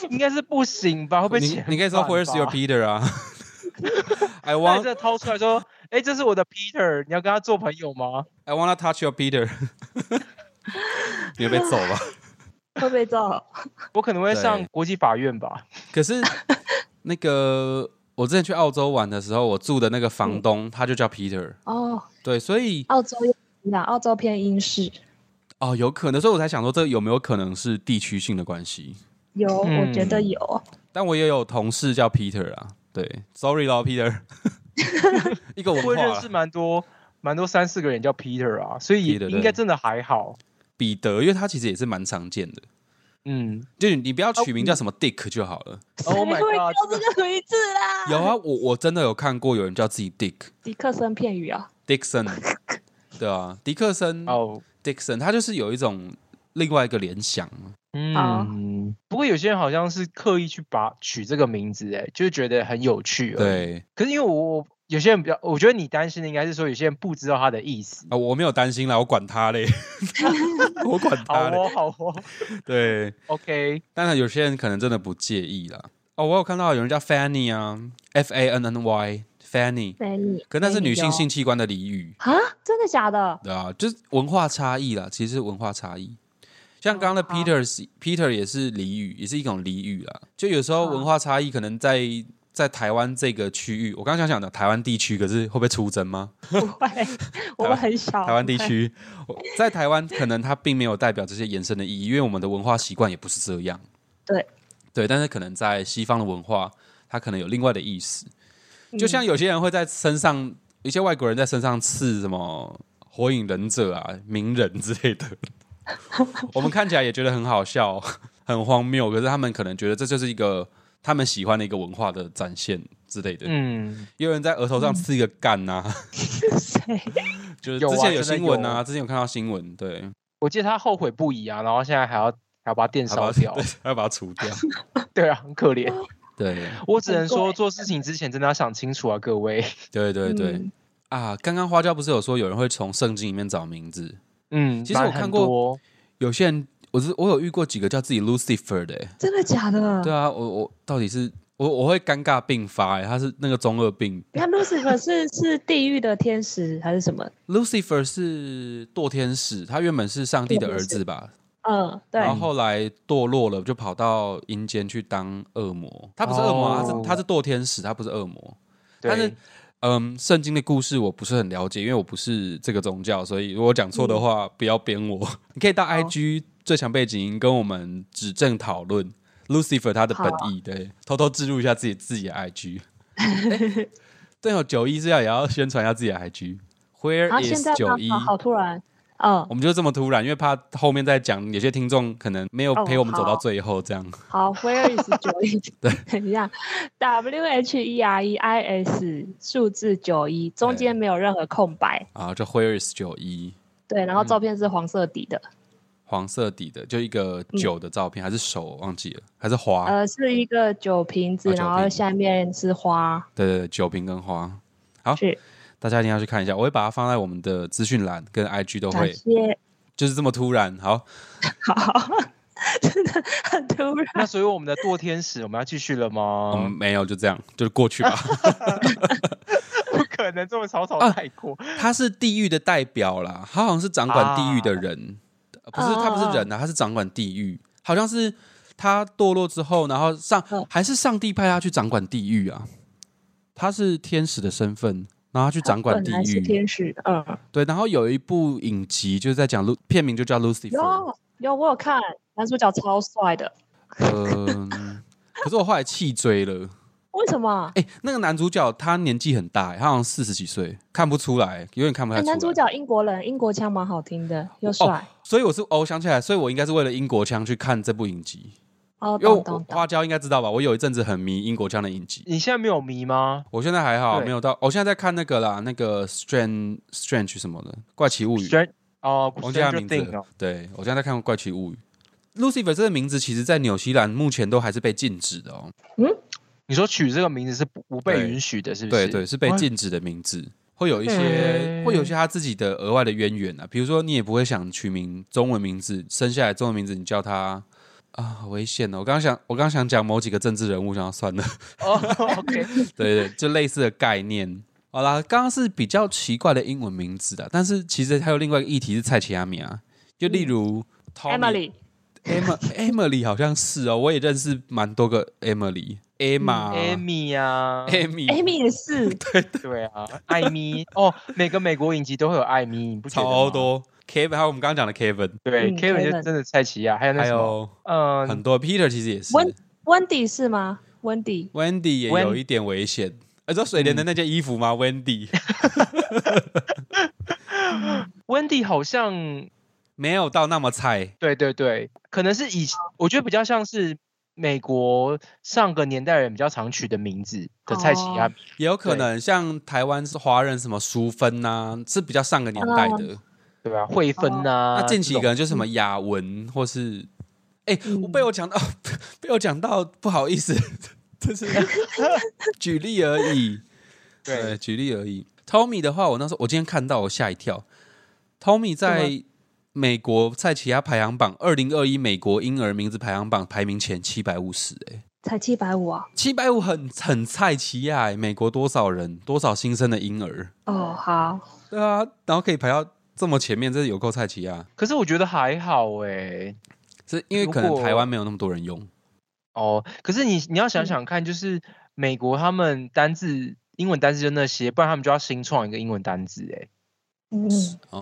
Speaker 2: 应该是不行吧？会不会
Speaker 1: 你
Speaker 2: 嫌
Speaker 1: 你可以说
Speaker 2: 烦
Speaker 1: Where's your
Speaker 2: 吧
Speaker 1: Peter 啊 ？I
Speaker 2: 把你
Speaker 1: want
Speaker 2: 这掏出来说，哎，这是我的 Peter，你要跟他做朋友吗？
Speaker 1: I wanna touch your Peter，你会被揍吧？
Speaker 3: 会被揍，
Speaker 2: 我可能会上
Speaker 1: 对
Speaker 2: 国际法院吧。
Speaker 1: 可是那个我之前去澳洲玩的时候，我住的那个房
Speaker 2: 嗯
Speaker 1: 东、他就叫 Peter，
Speaker 3: 哦，
Speaker 1: 对，所以
Speaker 3: 澳洲也一样，澳洲偏英式，
Speaker 1: 哦有可能，所以我才想说这有没有可能是地区性的关系？
Speaker 3: 有，我觉得
Speaker 1: 嗯
Speaker 3: 有，
Speaker 1: 但我也有同事叫 Peter 啊，对，sorry 咯 Peter，一个文
Speaker 2: 我
Speaker 1: 化
Speaker 2: 认识
Speaker 1: 啦
Speaker 2: 蛮多蛮多三四个人叫 Peter 啊，所以
Speaker 1: Peter，
Speaker 2: 应该
Speaker 1: 对
Speaker 2: 真的还好。
Speaker 1: 彼得，因为他其实也是蛮常见的，
Speaker 2: 嗯，
Speaker 1: 就你你不要取名
Speaker 2: 哦
Speaker 1: 叫什么 Dick 就好了。
Speaker 3: 谁
Speaker 2: Oh
Speaker 3: 会
Speaker 2: my
Speaker 3: 叫
Speaker 2: God，
Speaker 3: 这个名字啦？
Speaker 1: 有啊，我我真的有看过有人叫自己 Dick
Speaker 3: 迪克森片语啊，
Speaker 1: Dickson，对啊，迪克森
Speaker 2: 哦，
Speaker 1: Dickson，他就是有一种另外一个联想。
Speaker 2: 嗯，不过有些人好像是刻意去把取这个名字，哎，就是觉得很有趣。，
Speaker 1: 对，
Speaker 2: 可是因为我我有些人比较，我觉得你担心的应该是说有些人不知道他的意思。
Speaker 1: 啊，我没有担心啦，我管他 嘞，我管
Speaker 2: 好
Speaker 1: 他嘞。
Speaker 2: 哦，好哦
Speaker 1: 对，
Speaker 2: ，OK，
Speaker 1: 但是有些人可能真的不介意啦。哦，我有看到有人叫 Fanny 啊，F A N N Y Fanny，
Speaker 3: 美女，
Speaker 1: 可那是
Speaker 3: 美
Speaker 1: 女性
Speaker 3: 哦
Speaker 1: 性器官的俚语，
Speaker 3: 啊，真的假的？
Speaker 1: 对啊，就是文化差异啦，其实是文化差异。像刚刚的
Speaker 3: 哦好
Speaker 1: Peter 是 Peter 也是俚语，也是一种俚语啦。就有时候
Speaker 3: 嗯
Speaker 1: 文化差异可能在在台湾这个区域，我刚刚想讲的台湾地区，可是会不会出征吗？
Speaker 3: 不 会，我们很小。
Speaker 1: 台湾地
Speaker 3: 不会，
Speaker 1: 区， 我在台湾可能它并没有代表这些延伸的意义，因为我们的文化习惯也不是这样。
Speaker 3: 对，
Speaker 1: 对，但是可能在西方的文化，它可能有另外的意思。
Speaker 2: 嗯
Speaker 1: 就像有些人会在身上，一些外国人在身上刺什么火影忍者啊、鸣人之类的，我们看起来也觉得很好笑、很荒谬，可是他们可能觉得这就是一个他们喜欢的一个文化的展现之类的。
Speaker 2: 嗯，
Speaker 1: 也有人在额头上刺一个干呐、
Speaker 3: 谁？
Speaker 1: 就是
Speaker 2: 有啊
Speaker 1: 之前
Speaker 2: 真的
Speaker 1: 新闻
Speaker 2: 有
Speaker 1: 啊，之前有看到新闻，对。
Speaker 2: 我记得他后悔不已啊，然后现在还要还要把电
Speaker 1: 还要把
Speaker 2: 烧
Speaker 1: 它
Speaker 2: 掉，
Speaker 1: 对， 还要把它除 掉。
Speaker 2: 对啊，很可怜。
Speaker 1: 对
Speaker 2: 我只能
Speaker 3: 很
Speaker 2: 说
Speaker 3: 贵
Speaker 2: 做事情之前真的要想清楚啊，各位。
Speaker 1: 对对对、
Speaker 3: 嗯
Speaker 1: 啊！刚刚花椒不是有说有人会从圣经里面找名字，
Speaker 2: 嗯，
Speaker 1: 其实
Speaker 2: 蛮
Speaker 1: 我看
Speaker 2: 很
Speaker 1: 过
Speaker 2: 多
Speaker 1: 有些人我是我有遇过几个叫自己 Lucifer 的、欸，
Speaker 3: 真的假的？
Speaker 1: 对啊，我我到底是我我会尴尬病发、欸，他是那个中二病
Speaker 3: 你看 Lucifer 是是地狱的天使还是什么？
Speaker 1: ，Lucifer 是堕天使，他原本是上帝的儿子吧，
Speaker 3: 嗯，对
Speaker 1: 然，后后来堕落了，就跑到阴间去当恶魔，他不是恶魔啊，
Speaker 2: 哦
Speaker 1: 他是他是堕天使，他不是恶魔，但
Speaker 2: 对
Speaker 1: 是嗯，圣经的故事我不是很了解，因为我不是这个宗教，所以如果讲错的话，不要编
Speaker 3: 嗯
Speaker 1: 我。你可以到 IG 最强背景音跟我们指正讨论 Lucifer 他的本意，对，偷偷植入一下自己自己的 IG。诶对哦，九一是要也要宣传一下自己的 IG。Where
Speaker 3: 然后现
Speaker 1: is
Speaker 3: 在
Speaker 1: 九
Speaker 3: 吗
Speaker 1: 一？
Speaker 3: 好好突然，嗯，
Speaker 1: 我们就这么突然，因为怕后面再讲，有些听众可能没有
Speaker 3: 哦
Speaker 1: 陪我们走到
Speaker 3: 好
Speaker 1: 最后，这样。
Speaker 3: 好，Where is 九一？ 等一下，W H E R E I S 数字九一，中间没有任何空白。
Speaker 1: 啊，就 Where is 九一？
Speaker 3: 对，然后照片是黄色底的，
Speaker 1: 黄色底的，就一个
Speaker 3: 嗯
Speaker 1: 酒的照片，还是手忘记了，还是花？
Speaker 3: 呃，是一个酒瓶子，
Speaker 1: 哦酒
Speaker 3: 然后
Speaker 1: 瓶
Speaker 3: 下面是花，
Speaker 1: 对对对，酒瓶跟花，好
Speaker 3: 是
Speaker 1: 大家一定要去看一下，我会把它放在我们的资讯栏跟 IG 都
Speaker 3: 感
Speaker 1: 会，
Speaker 3: 谢，
Speaker 1: 就是这么突然。好，
Speaker 3: 好，真的很突 然。
Speaker 2: 那所以我们的堕天使，我们要继续了
Speaker 1: 我们
Speaker 2: 吗？
Speaker 1: 嗯没有就这样，就是过去 吧。
Speaker 2: 不可能这么草草带过。
Speaker 1: 他是地狱的代表啦，他好像是掌管地狱的
Speaker 3: 啊
Speaker 1: 人，呃不是他不是
Speaker 3: 哦
Speaker 1: 人啊，他是掌管地狱，好像是他堕落之后，然后上
Speaker 3: 嗯
Speaker 1: 还是上帝派他去掌管地狱啊，他是天使的身份，然后他去掌管
Speaker 3: 哦本
Speaker 1: 地
Speaker 3: 来是
Speaker 1: 狱，
Speaker 3: 天使，嗯，
Speaker 1: 对，然后有一部影集就是在讲 Lu- 片名就叫 Lucifer，
Speaker 3: 有有我有看，男主角超帅的，
Speaker 1: 嗯、可是我后来弃追了。
Speaker 3: 为什么？
Speaker 1: 哎、那个男主角他年纪很大、哎他好像四十几岁，看不出来，有点看不太
Speaker 3: 哎
Speaker 1: 出来。
Speaker 3: 男主角英国人，英国腔蛮好听的，又
Speaker 1: 哦
Speaker 3: 帅。，
Speaker 1: 所以我是哦，我想起来，所以我应该是为了英国腔去看这部影集，
Speaker 3: 哦，
Speaker 1: 因为
Speaker 3: 懂
Speaker 1: 我
Speaker 3: 懂懂。
Speaker 1: 花椒应该知道吧？我有一阵子很迷英国腔的影集，
Speaker 2: 你现在没有迷吗？
Speaker 1: 我现在还好，
Speaker 2: 对
Speaker 1: 没有到，我现在在看那个啦，那个 Strange Strange 什么的怪奇物语，
Speaker 2: Str 哦
Speaker 1: 我忘记他
Speaker 2: Stranger
Speaker 1: 名字
Speaker 2: Thing
Speaker 1: 了
Speaker 2: 哦，。
Speaker 1: 对，我现在在看怪奇物语。Lucifer 这个名字其实，在纽西兰目前都还是被禁止的哦。
Speaker 2: 你说取这个名字是不不
Speaker 1: 对
Speaker 2: 被允许的，是不
Speaker 1: 对
Speaker 2: 是？
Speaker 1: 对，是被
Speaker 2: 哇。
Speaker 1: 禁止的名字，会有一些
Speaker 2: 嗯
Speaker 1: 会有一些他自己的额外的渊源啊。比如说，你也不会想取名中文名字，生下来中文名字你叫他啊，好危险哦！我刚刚想，我刚刚想讲某几个政治人物，想要算了，
Speaker 2: 哦，OK，
Speaker 1: 对对，就类似的概念。好啦，刚刚是比较奇怪的英文名字的，但是其实还有另外一个议题是蔡奇阿米啊，就例如 Tony-
Speaker 3: Emily，
Speaker 1: Emma- Emily 好像是哦，我也认识蛮多个 Emily、Emma、
Speaker 2: Amy 啊，
Speaker 1: Amy、
Speaker 3: Amy 也是，
Speaker 2: 对啊，艾米哦，每个美国影集都会有艾米，你不觉得吗
Speaker 1: 超？多 Kevin，还有我们刚刚讲的 Kevin，
Speaker 2: 对
Speaker 3: 嗯
Speaker 2: ，Kevin
Speaker 3: Kevin
Speaker 2: 就真的蔡奇亚，还有那
Speaker 1: 还
Speaker 2: 什么，
Speaker 1: 有很
Speaker 2: 嗯，
Speaker 1: 多 Peter 其实也是
Speaker 3: Wen- Wendy 是吗 ？Wendy，
Speaker 1: ，Wendy 也
Speaker 2: Wen-
Speaker 1: 有一点危险。你知道水莲的那件衣服吗？Wendy
Speaker 2: 温迪好像，
Speaker 1: 没有到那么菜，
Speaker 2: 对对对，可能是以，我觉得比较像是美国上个年代人比较常取的名字的蔡奇
Speaker 3: 哦
Speaker 2: 亚，
Speaker 1: 也有可能像台湾是华人什么淑芬呐、是比较上个年代的。
Speaker 2: 对吧？惠芬呐，
Speaker 1: 哦那近期
Speaker 2: 啊这
Speaker 1: 可
Speaker 2: 种
Speaker 1: 能就什么雅文或是，哎、我
Speaker 3: 嗯
Speaker 1: 被我讲到， 被我讲到，不好意思， 这是举例而已。对，
Speaker 2: 对，
Speaker 1: 举例而已。Tommy 的话，我那时候我今天看到我吓一跳。Tommy 在美国蔡奇亚排行榜二零二一美国婴儿名字排行榜排名前七百五十，哎，
Speaker 3: 才七百五啊。
Speaker 1: 七百五很很蔡奇亚、哎，美国多少人多少新生的婴儿？
Speaker 3: 哦，好，
Speaker 1: 对啊，然后可以排到这么前面，这是有够蔡奇亚，
Speaker 2: 可是我觉得还好哎，
Speaker 1: 是因为可
Speaker 2: 如
Speaker 1: 能
Speaker 2: 果
Speaker 1: 台湾没有那么多人用。
Speaker 2: 哦，可是你你要想
Speaker 3: 嗯
Speaker 2: 想看，就是美国他们单字英文单字就那些，不然他们就要新创一个英文单字哎。
Speaker 3: 嗯，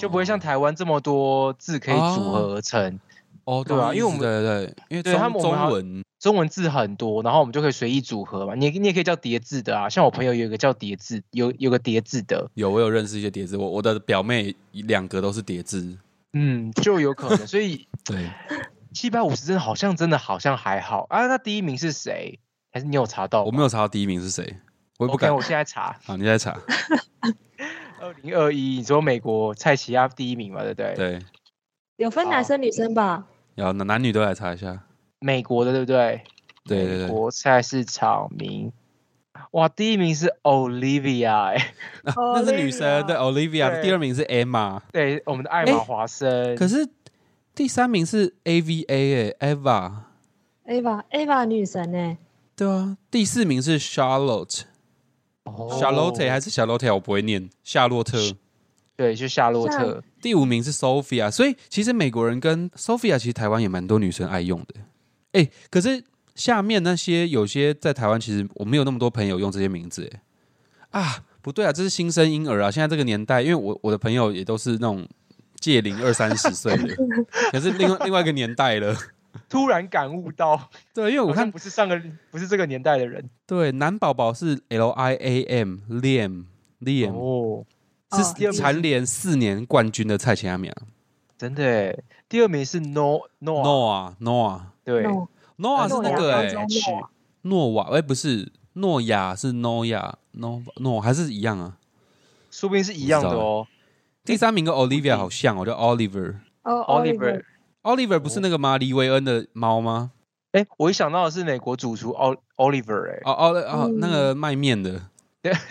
Speaker 2: 就不会像
Speaker 1: 哦
Speaker 2: 台湾这么多字可以组合而成，
Speaker 1: 哦，
Speaker 2: 对啊
Speaker 1: 懂你
Speaker 2: 因为我们
Speaker 1: 意思对对对，因为
Speaker 2: 对他们
Speaker 1: 中
Speaker 2: 我
Speaker 1: 中
Speaker 2: 们好
Speaker 1: 文
Speaker 2: 中文字很多，然后我们就可以随意组合嘛。你也你也可以叫叠字的啊，像我朋友有一个叫叠字，有有个叠字的，
Speaker 1: 有我有认识一些叠字，我我的表妹两个都是叠字，
Speaker 2: 嗯，就有可能。所以
Speaker 1: 对，
Speaker 2: 七百五十真的好像真的好像还好啊。那第一名是谁？还是你有查到吗？
Speaker 1: 我没有查到第一名是谁，我也不
Speaker 2: OK，
Speaker 1: 敢。
Speaker 2: 我现在查
Speaker 1: 好，你再查。
Speaker 2: 二零二一，你说美国蔡奇亚第一名嘛，对不 对？
Speaker 1: 对，
Speaker 3: 有分男
Speaker 2: 好
Speaker 3: 生女生吧？
Speaker 1: 要男男女都来查一下。
Speaker 2: 美国的对不对？
Speaker 1: 对对
Speaker 2: 美
Speaker 1: 对，
Speaker 2: 国菜市场名，哇，第一名是 Olivia，、欸、
Speaker 1: 啊 那是女生
Speaker 3: Olivia
Speaker 1: 对 Olivia，
Speaker 2: 对
Speaker 1: 第二名是 Emma，
Speaker 2: 对，我们的艾
Speaker 1: 哎
Speaker 2: 玛华生。
Speaker 1: 可是第三名是 AVA 哎 Eva，
Speaker 3: Ava，Ava 女神呢、
Speaker 1: 对啊，第四名是 Charlotte，Charlotte
Speaker 2: 哦
Speaker 1: 还是 Charlotte，我不会念夏洛特。
Speaker 2: 对，就夏洛
Speaker 3: 夏
Speaker 2: 特。
Speaker 1: 第五名是 Sophia，所以其实美国人跟 Sophia 其实台湾也蛮多女生爱用的。哎，可是下面那些有些在台湾其实我没有那么多朋友用这些名字哎啊，不对啊，这是新生婴儿啊！现在这个年代，因为我我的朋友也都是那种介龄 二三十岁的，可是另外另外一个年代了。
Speaker 2: 突然感悟到，
Speaker 1: 对，因为我
Speaker 2: 我看
Speaker 1: 看
Speaker 2: 不是上个不是这个年代的人
Speaker 1: 对男宝宝是 L I A M Liam Liam、
Speaker 2: 哦，
Speaker 3: 哦
Speaker 1: 是蝉联四年冠军的蔡琴阿米亚
Speaker 2: 真的耶。第二名是 No No，
Speaker 1: Noah Noah
Speaker 2: 对，
Speaker 3: 诺
Speaker 1: Noah 是那个哎、
Speaker 3: 诺亚高中诺啊
Speaker 1: 诺瓦，哎、不是诺亚，是诺亚，诺诺还是一样啊？
Speaker 2: 说不定是一样的哦。
Speaker 1: 第三名跟 Olivia
Speaker 2: 定
Speaker 1: 好像哦，叫 Oliver，
Speaker 3: 哦
Speaker 2: Oliver，
Speaker 1: Oliver 不是那个吗？黎维恩的猫吗？
Speaker 2: 哎，我一想到的是美国主厨奥 Oliver 哎、
Speaker 1: 哦哦哦，那个卖面的，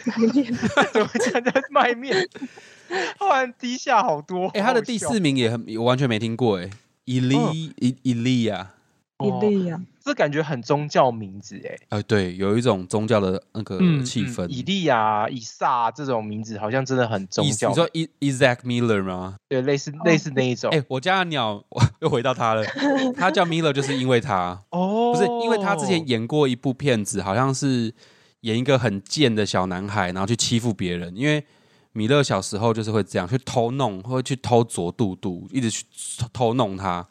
Speaker 2: 怎么讲在卖面？ 突然低下好嗯多。
Speaker 1: 哎、他的第四
Speaker 2: 名，
Speaker 1: 名也很，我完全没听过哎、伊利伊伊利亚，
Speaker 3: 一
Speaker 2: 哦
Speaker 3: 粒啊，
Speaker 2: 这感觉很宗教名字哎。
Speaker 1: 呃，对，有一种宗教的那个呃气氛。
Speaker 2: 嗯以利亚、以撒这种名字好像真的很宗
Speaker 1: 以
Speaker 2: 教，
Speaker 1: 你说 I Isaac Miller 吗？
Speaker 2: 对，类似类似那一种
Speaker 1: 哎、。我家的鸟， 我又回到他了。他叫 Miller，就是因为他，
Speaker 2: 哦
Speaker 1: 不是因为他之 前演过一部片子，好像是演一个很贱的小男孩，然后去欺负别人。因为米勒小时候就是会这样去偷弄，会去偷啄杜杜，一直去偷弄他。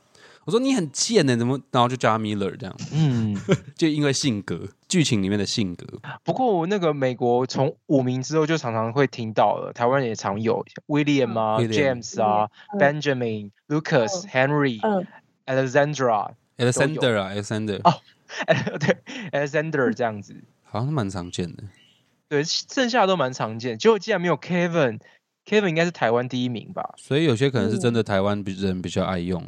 Speaker 1: 我说你很贱呢、怎么？然后就叫他 Miller 这样，
Speaker 2: 嗯，
Speaker 1: 就因为性格，剧情里面的性格。
Speaker 3: 哦
Speaker 2: 不过我那个美国从五名之后就常常会听到了，台湾也常有 William 啊、
Speaker 1: William
Speaker 2: James 啊、
Speaker 3: 嗯
Speaker 2: Benjamin、Lucas、Henry、
Speaker 3: 嗯，
Speaker 2: Alexandra，
Speaker 1: Alexander 啊，Alexander，、
Speaker 2: 哦对，Alexander 这样子，
Speaker 1: 好像蛮常见的。
Speaker 2: 对，剩下的都蛮常见。结果竟然没有 Kevin。Kevin 应该是台湾第一名吧？
Speaker 1: 所以有些可能是真的台湾比人比较爱用。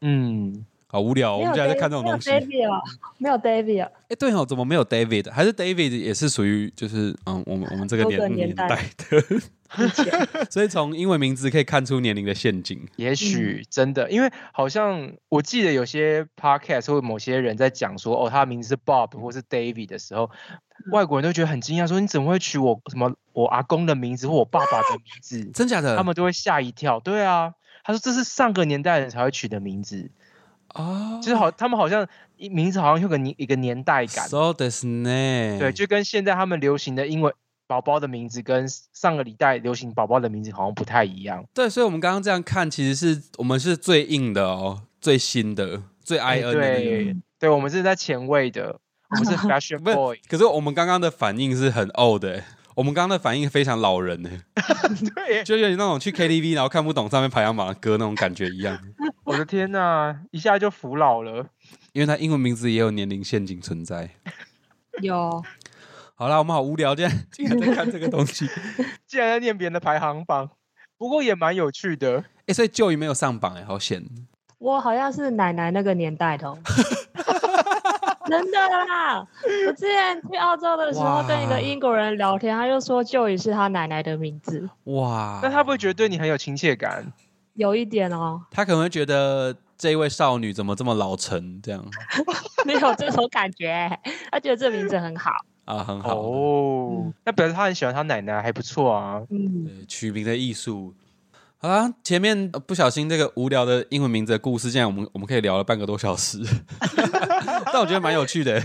Speaker 2: 嗯，
Speaker 1: 好无聊哦，我们
Speaker 3: 没有
Speaker 1: 现在在
Speaker 3: Dav-
Speaker 1: 看这种东西。
Speaker 3: 没有
Speaker 1: 哎，
Speaker 3: David 啊，没有 David 啊，
Speaker 1: 对哦，怎么没有 David？还是 David 也是属于就是嗯，我们我们这个
Speaker 3: 这个
Speaker 1: 年
Speaker 3: 年代
Speaker 1: 代的， 所以从英文名字可以看出年龄的陷阱。
Speaker 2: 也许真的，因为好像我记得有些 podcast 或某些人在讲说，哦，他的名字是 Bob 或是 David 的时候，外国人都觉得很惊讶，说你怎么会取我什么我阿公的名字或我爸爸的名字？
Speaker 1: 真假的？
Speaker 2: 他们都会吓一跳。对啊，他说这是上个年代人才会取的名字，
Speaker 1: 啊，
Speaker 2: 就是好，他们好像名字好像有个年一个年代感，
Speaker 1: so this 呢？
Speaker 2: 对，就跟现在他们流行的英文。宝宝的名字跟上个礼拜流行宝宝的名字好像不太一样，
Speaker 1: 对，所以我们刚刚这样看，其实是我们是最硬的哦，最新的，最 I
Speaker 2: 哎
Speaker 1: N 的那个。
Speaker 2: 对对，我们是在前卫的，我 们是 fashion
Speaker 1: 不是
Speaker 2: boy，
Speaker 1: 可是我们刚刚的反应是很 old 的、欸我们刚刚的反应非常老人的、
Speaker 2: 对耶，
Speaker 1: 就有点那种去 KTV 然后看不懂上面排行榜的歌那种感觉一样。
Speaker 2: 我的天呐，一下就服老了。
Speaker 1: 因为它英文名字也有年龄陷阱存在。
Speaker 3: 有
Speaker 1: 好啦，我们好无聊，竟 然竟然在看这个东西。
Speaker 2: 竟然在念别人的排行榜，不过也蛮有趣的。
Speaker 1: 哎、所以旧鱼没有上榜哎、好险！
Speaker 3: 我好像是奶奶那个年代 的、哦，真的啦！我之前去澳洲的时候跟一
Speaker 1: 哇
Speaker 3: 个英国人聊天，他就说旧语是他奶奶的名字，
Speaker 1: 哇，
Speaker 2: 那他不会觉得对你很有亲切感？
Speaker 3: 有一点哦，
Speaker 1: 他可能会觉得这位少女怎么这么老成这样
Speaker 3: 没有这种感觉， 他觉得这名字很好。
Speaker 1: 啊？很好，嗯
Speaker 2: 哦，那表示他很喜欢他奶奶，还不错啊。
Speaker 3: 嗯，
Speaker 1: 对，取名的艺术。好啦，前面呃不小心这个无聊的英文名字的故事，竟然我们我们可以聊了半个多小时， 但我觉得蛮有趣 的、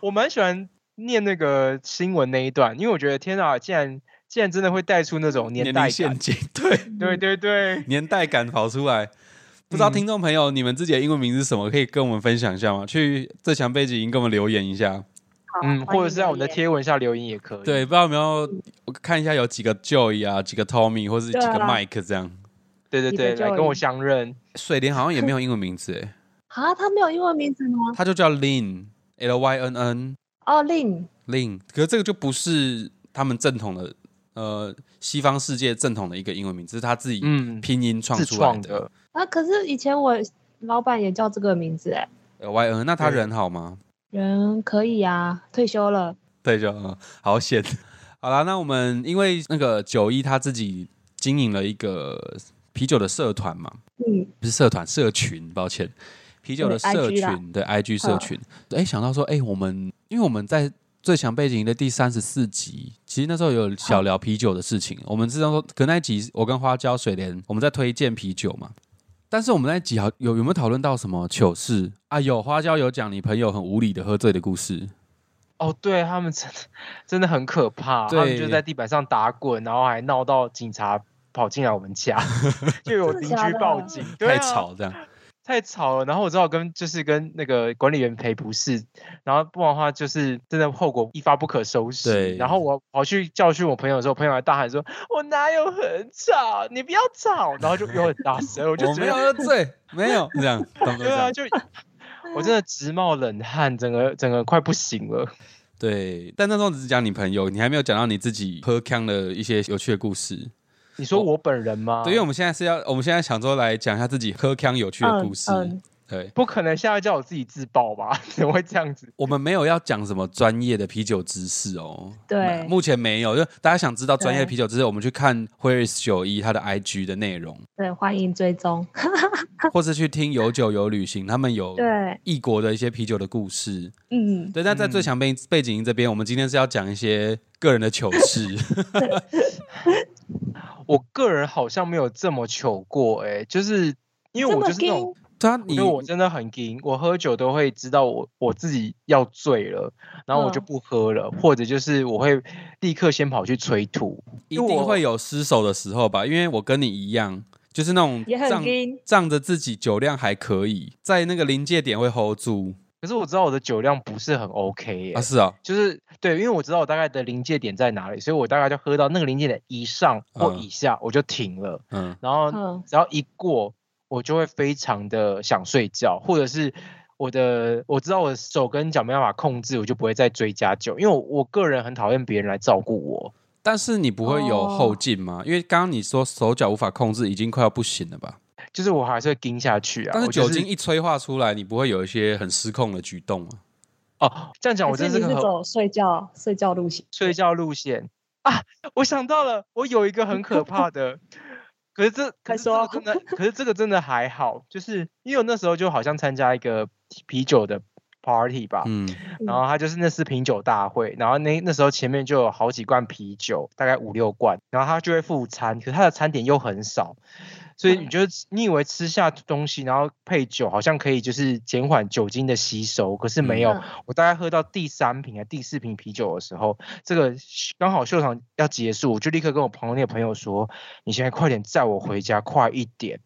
Speaker 2: 我蛮喜欢念那个新闻那一段，因为我觉得天啊，竟然竟然真的会带出那种年
Speaker 1: 年
Speaker 2: 代
Speaker 1: 龄
Speaker 2: 感
Speaker 1: 陷。阱，对。
Speaker 2: 对对对，
Speaker 1: 年代感跑出来。不知道
Speaker 2: 嗯
Speaker 1: 听众朋友，你们自己的英文名是什么？可以跟我们分享一下吗？去最强背景音跟我们留言一下。
Speaker 3: 好
Speaker 2: 嗯，或者是在我们的，
Speaker 3: 欢迎留言
Speaker 2: 贴文下留言也可以。
Speaker 1: 对，不知道有没有我看一下有几个 Joy 啊，几个 Tommy 或是几
Speaker 3: 对
Speaker 1: 个
Speaker 3: 啊
Speaker 1: Mike 这样。
Speaker 2: 对对
Speaker 3: 你的
Speaker 2: 对，来
Speaker 3: 教
Speaker 2: 跟我
Speaker 3: 育
Speaker 2: 相认。
Speaker 1: 水莲 好像也没有英文名字诶，
Speaker 3: 啊，他没有英文名字吗？
Speaker 1: 他就叫 Lin L Y N N
Speaker 3: 哦，Lin，
Speaker 1: Lin，可是这个就不是他们正统的呃西方世界正统的一个英文名字，是他自己
Speaker 2: 嗯，
Speaker 1: 拼音创
Speaker 2: 自
Speaker 1: 出来
Speaker 2: 创
Speaker 1: 的。
Speaker 2: 的。
Speaker 3: 啊，可是以前我老板也叫这个名字，哎，
Speaker 1: L Y N，那他人好吗？
Speaker 3: 人可以啊，退休了，
Speaker 1: 退休了，呃好险。 好啦，那我们因为那个九一他自己经营了一个啤酒的社团嘛，
Speaker 3: 嗯，
Speaker 1: 不是社团社群，抱歉，啤酒的社
Speaker 3: 对，IG 啦
Speaker 1: 群对 IG 社群。哎、想到说，哎、我们因为我们在最强背景营的第三十四集，其实那时候有小聊啤酒的事情。我们知道说，可那一集我跟花椒水莲我们在推荐啤酒嘛，但是我们那一集好有有没有讨论到什么糗事啊？有花椒有讲你朋友很无理的喝醉的故事。
Speaker 2: 哦，对他们真的真的很可怕，他们就
Speaker 1: 对
Speaker 2: 在地板上打滚，然后还闹到警察跑进来我 们家，就有
Speaker 3: 真的
Speaker 2: 邻
Speaker 3: 假
Speaker 2: 居
Speaker 3: 的
Speaker 2: 报警，对
Speaker 1: 太
Speaker 2: 啊
Speaker 1: 吵这样，
Speaker 2: 太吵了。然后我只好跟就是跟那个管理员赔不是，然后不然的话就是真的后果一发不可收拾。
Speaker 1: 对
Speaker 2: 然后我跑去教训我朋友的时候，朋友还大喊说：“我哪有很吵，你不要吵。”然后就又很大声，我就
Speaker 1: 我
Speaker 2: 觉
Speaker 1: 没有
Speaker 2: 得
Speaker 1: 喝 醉，没有这样，懂不
Speaker 2: 对 啊，就我真的直冒冷汗，整个整个快不行了。
Speaker 1: 对，但那时候只是讲你朋友，你还没有讲到你自己喝康的一些有趣的故事。
Speaker 2: 你说我本人吗？
Speaker 1: 对，因为我们现在是要，我们现在想说来讲一下自己喝腔有趣的故事。
Speaker 3: 嗯嗯
Speaker 1: 对，
Speaker 2: 不可能现在叫我自己自爆吧？ 怎么会这样子？
Speaker 1: 我们没有要讲什么专业的啤酒知识哦。
Speaker 3: 对
Speaker 1: 目前没有。就大家想知道专业的啤酒知识，我们去看 Where's 九一他的 IG 的内容，
Speaker 3: 对，欢迎追踪。
Speaker 1: 或是去听有酒有旅行，他们有
Speaker 3: 对，
Speaker 1: 异国的一些啤酒的故事。
Speaker 3: 嗯，
Speaker 1: 对，但在最强背背景音这边，我们今天是要讲一些个人的糗事。
Speaker 2: 我个人好像没有这么糗过、欸，哎，就是因为
Speaker 3: 这
Speaker 2: 我
Speaker 3: 么
Speaker 2: 就是那种，
Speaker 1: 对啊，你
Speaker 2: 因为我真的很硬，我喝酒都会知道我我自己要醉了，然后我就
Speaker 3: 嗯
Speaker 2: 不喝了，或者就是我会立刻先跑去催吐。
Speaker 1: 一定会有失手的时候吧？因为我跟你一样，就是那种
Speaker 3: 也很
Speaker 1: 仗
Speaker 3: 硬
Speaker 1: 仗着自己酒量还可以，在那个临界点会 hold 住
Speaker 2: 可是我知道我的酒量不是很 OK 哎耶、
Speaker 1: 啊。是啊，
Speaker 2: 就是对，因为我知道我大概的临界点在哪里，所以我大概就喝到那个临界点以上或
Speaker 1: 嗯
Speaker 2: 以下，我就停了。
Speaker 1: 嗯，
Speaker 2: 然后
Speaker 3: 嗯，
Speaker 2: 只要一过，我就会非常的想睡觉，或者是我的我知道我的手跟脚没办法控制，我就不会再追加酒，因为我我个人很讨厌别人来照顾我。
Speaker 1: 但是你不会
Speaker 3: 哦
Speaker 1: 有后劲吗？因为刚刚你说手脚无法控制，已经快要不行了吧？
Speaker 2: 就是我还是会盯下去啊，
Speaker 1: 但是
Speaker 2: 我
Speaker 1: 酒
Speaker 2: 就是
Speaker 1: 精一催化出来，你不会有一些很失控的举动吗？
Speaker 2: 哦，这样讲我
Speaker 3: 还
Speaker 2: 真
Speaker 3: 是
Speaker 2: 是
Speaker 3: 你
Speaker 2: 个
Speaker 3: 是
Speaker 2: 很
Speaker 3: 走睡觉睡觉路线，
Speaker 2: 睡觉路线啊！我想到了，我有一个很可怕的，可是这可是这
Speaker 3: 快
Speaker 2: 个
Speaker 3: 说
Speaker 2: 真的，可是这个真的还好，就是因为我那时候就好像参加一个啤酒的 party 吧，
Speaker 1: 嗯，
Speaker 2: 然后他就是那次品酒大会，然后那那时候前面就有好几罐啤酒，大概五六罐，然后他就会附餐，可是他的餐点又很少，所以你
Speaker 3: 嗯
Speaker 2: 觉得你以为吃下东西，然后配酒好像可以就是减缓酒精的吸收，可是没有，
Speaker 3: 嗯
Speaker 2: 我大概喝到第三瓶还第四瓶啤酒的时候，这个刚好秀场要结束，我就立刻跟我旁边的朋友说：“你现在快点载我回家，快一点。”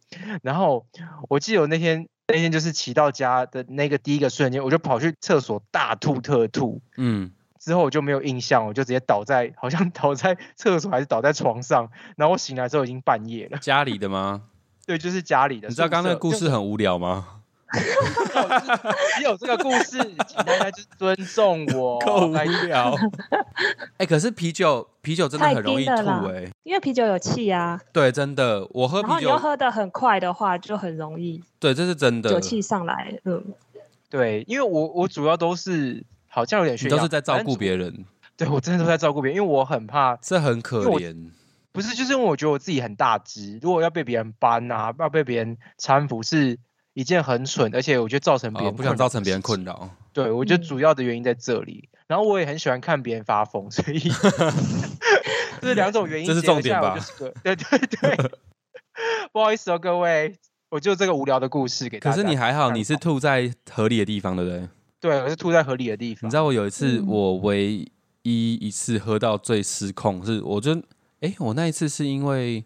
Speaker 2: 然后我记得我那天那天就是骑到家的那个第一个瞬间，我就跑去厕所大吐特吐，
Speaker 1: 嗯，
Speaker 2: 之后我就没有印象，我就直接倒在 好像倒在厕所还是倒在床上，然后我醒来之后已经半夜了。
Speaker 1: 家里的吗？
Speaker 2: 对，就是家里的。
Speaker 1: 你知道刚刚那个故
Speaker 2: 事。
Speaker 1: 事很无聊吗？
Speaker 2: 只有这个故事，请大家就是尊重 我。
Speaker 1: 够无
Speaker 2: 拜托
Speaker 1: 聊。 哎、可是啤酒，啤酒真的很容易吐
Speaker 3: 太硬了
Speaker 1: 哎、
Speaker 3: 啦因为啤酒有气啊，
Speaker 1: 对，真的，我喝
Speaker 3: 然后
Speaker 1: 啤
Speaker 3: 你又
Speaker 1: 酒，
Speaker 3: 喝的很快的话，就很容易
Speaker 1: 对，这是真的。
Speaker 3: 酒气上来。嗯，
Speaker 2: 对，因为我我主要都是好像有点
Speaker 1: 你
Speaker 2: 炫耀，
Speaker 1: 都是在照顾
Speaker 2: 人。
Speaker 1: 别人，
Speaker 2: 对我真的都在照顾别人，因为我很怕，
Speaker 1: 这很可
Speaker 2: 因为我
Speaker 1: 怜。
Speaker 2: 不是就是因为我觉得我自己很大只，如果要被别人搬啊，要被别人搀扶是一件很蠢，而且我觉得造成别
Speaker 1: 哦，
Speaker 2: 人、
Speaker 1: 不想造成别人困。扰。
Speaker 2: 对，我觉得
Speaker 3: 嗯
Speaker 2: 主要的原因在这里。然后我也很喜欢看别人发疯，所 以这是两种原因
Speaker 1: 这
Speaker 2: 结
Speaker 1: 是
Speaker 2: 合
Speaker 1: 重点
Speaker 2: 下来，
Speaker 1: 吧
Speaker 2: 我就是个对对对， 不好意思哦，各位，我就这个无聊的故事给大
Speaker 1: 可
Speaker 2: 家。
Speaker 1: 是你还好，
Speaker 2: 看
Speaker 1: 你是吐在合理的地方，对不对？
Speaker 2: 对，啊我是吐在河里的地
Speaker 1: 你
Speaker 2: 方
Speaker 1: 知。道我有一次，
Speaker 3: 嗯
Speaker 1: 我唯一一次喝到最失控，是我就诶，我那一次是因为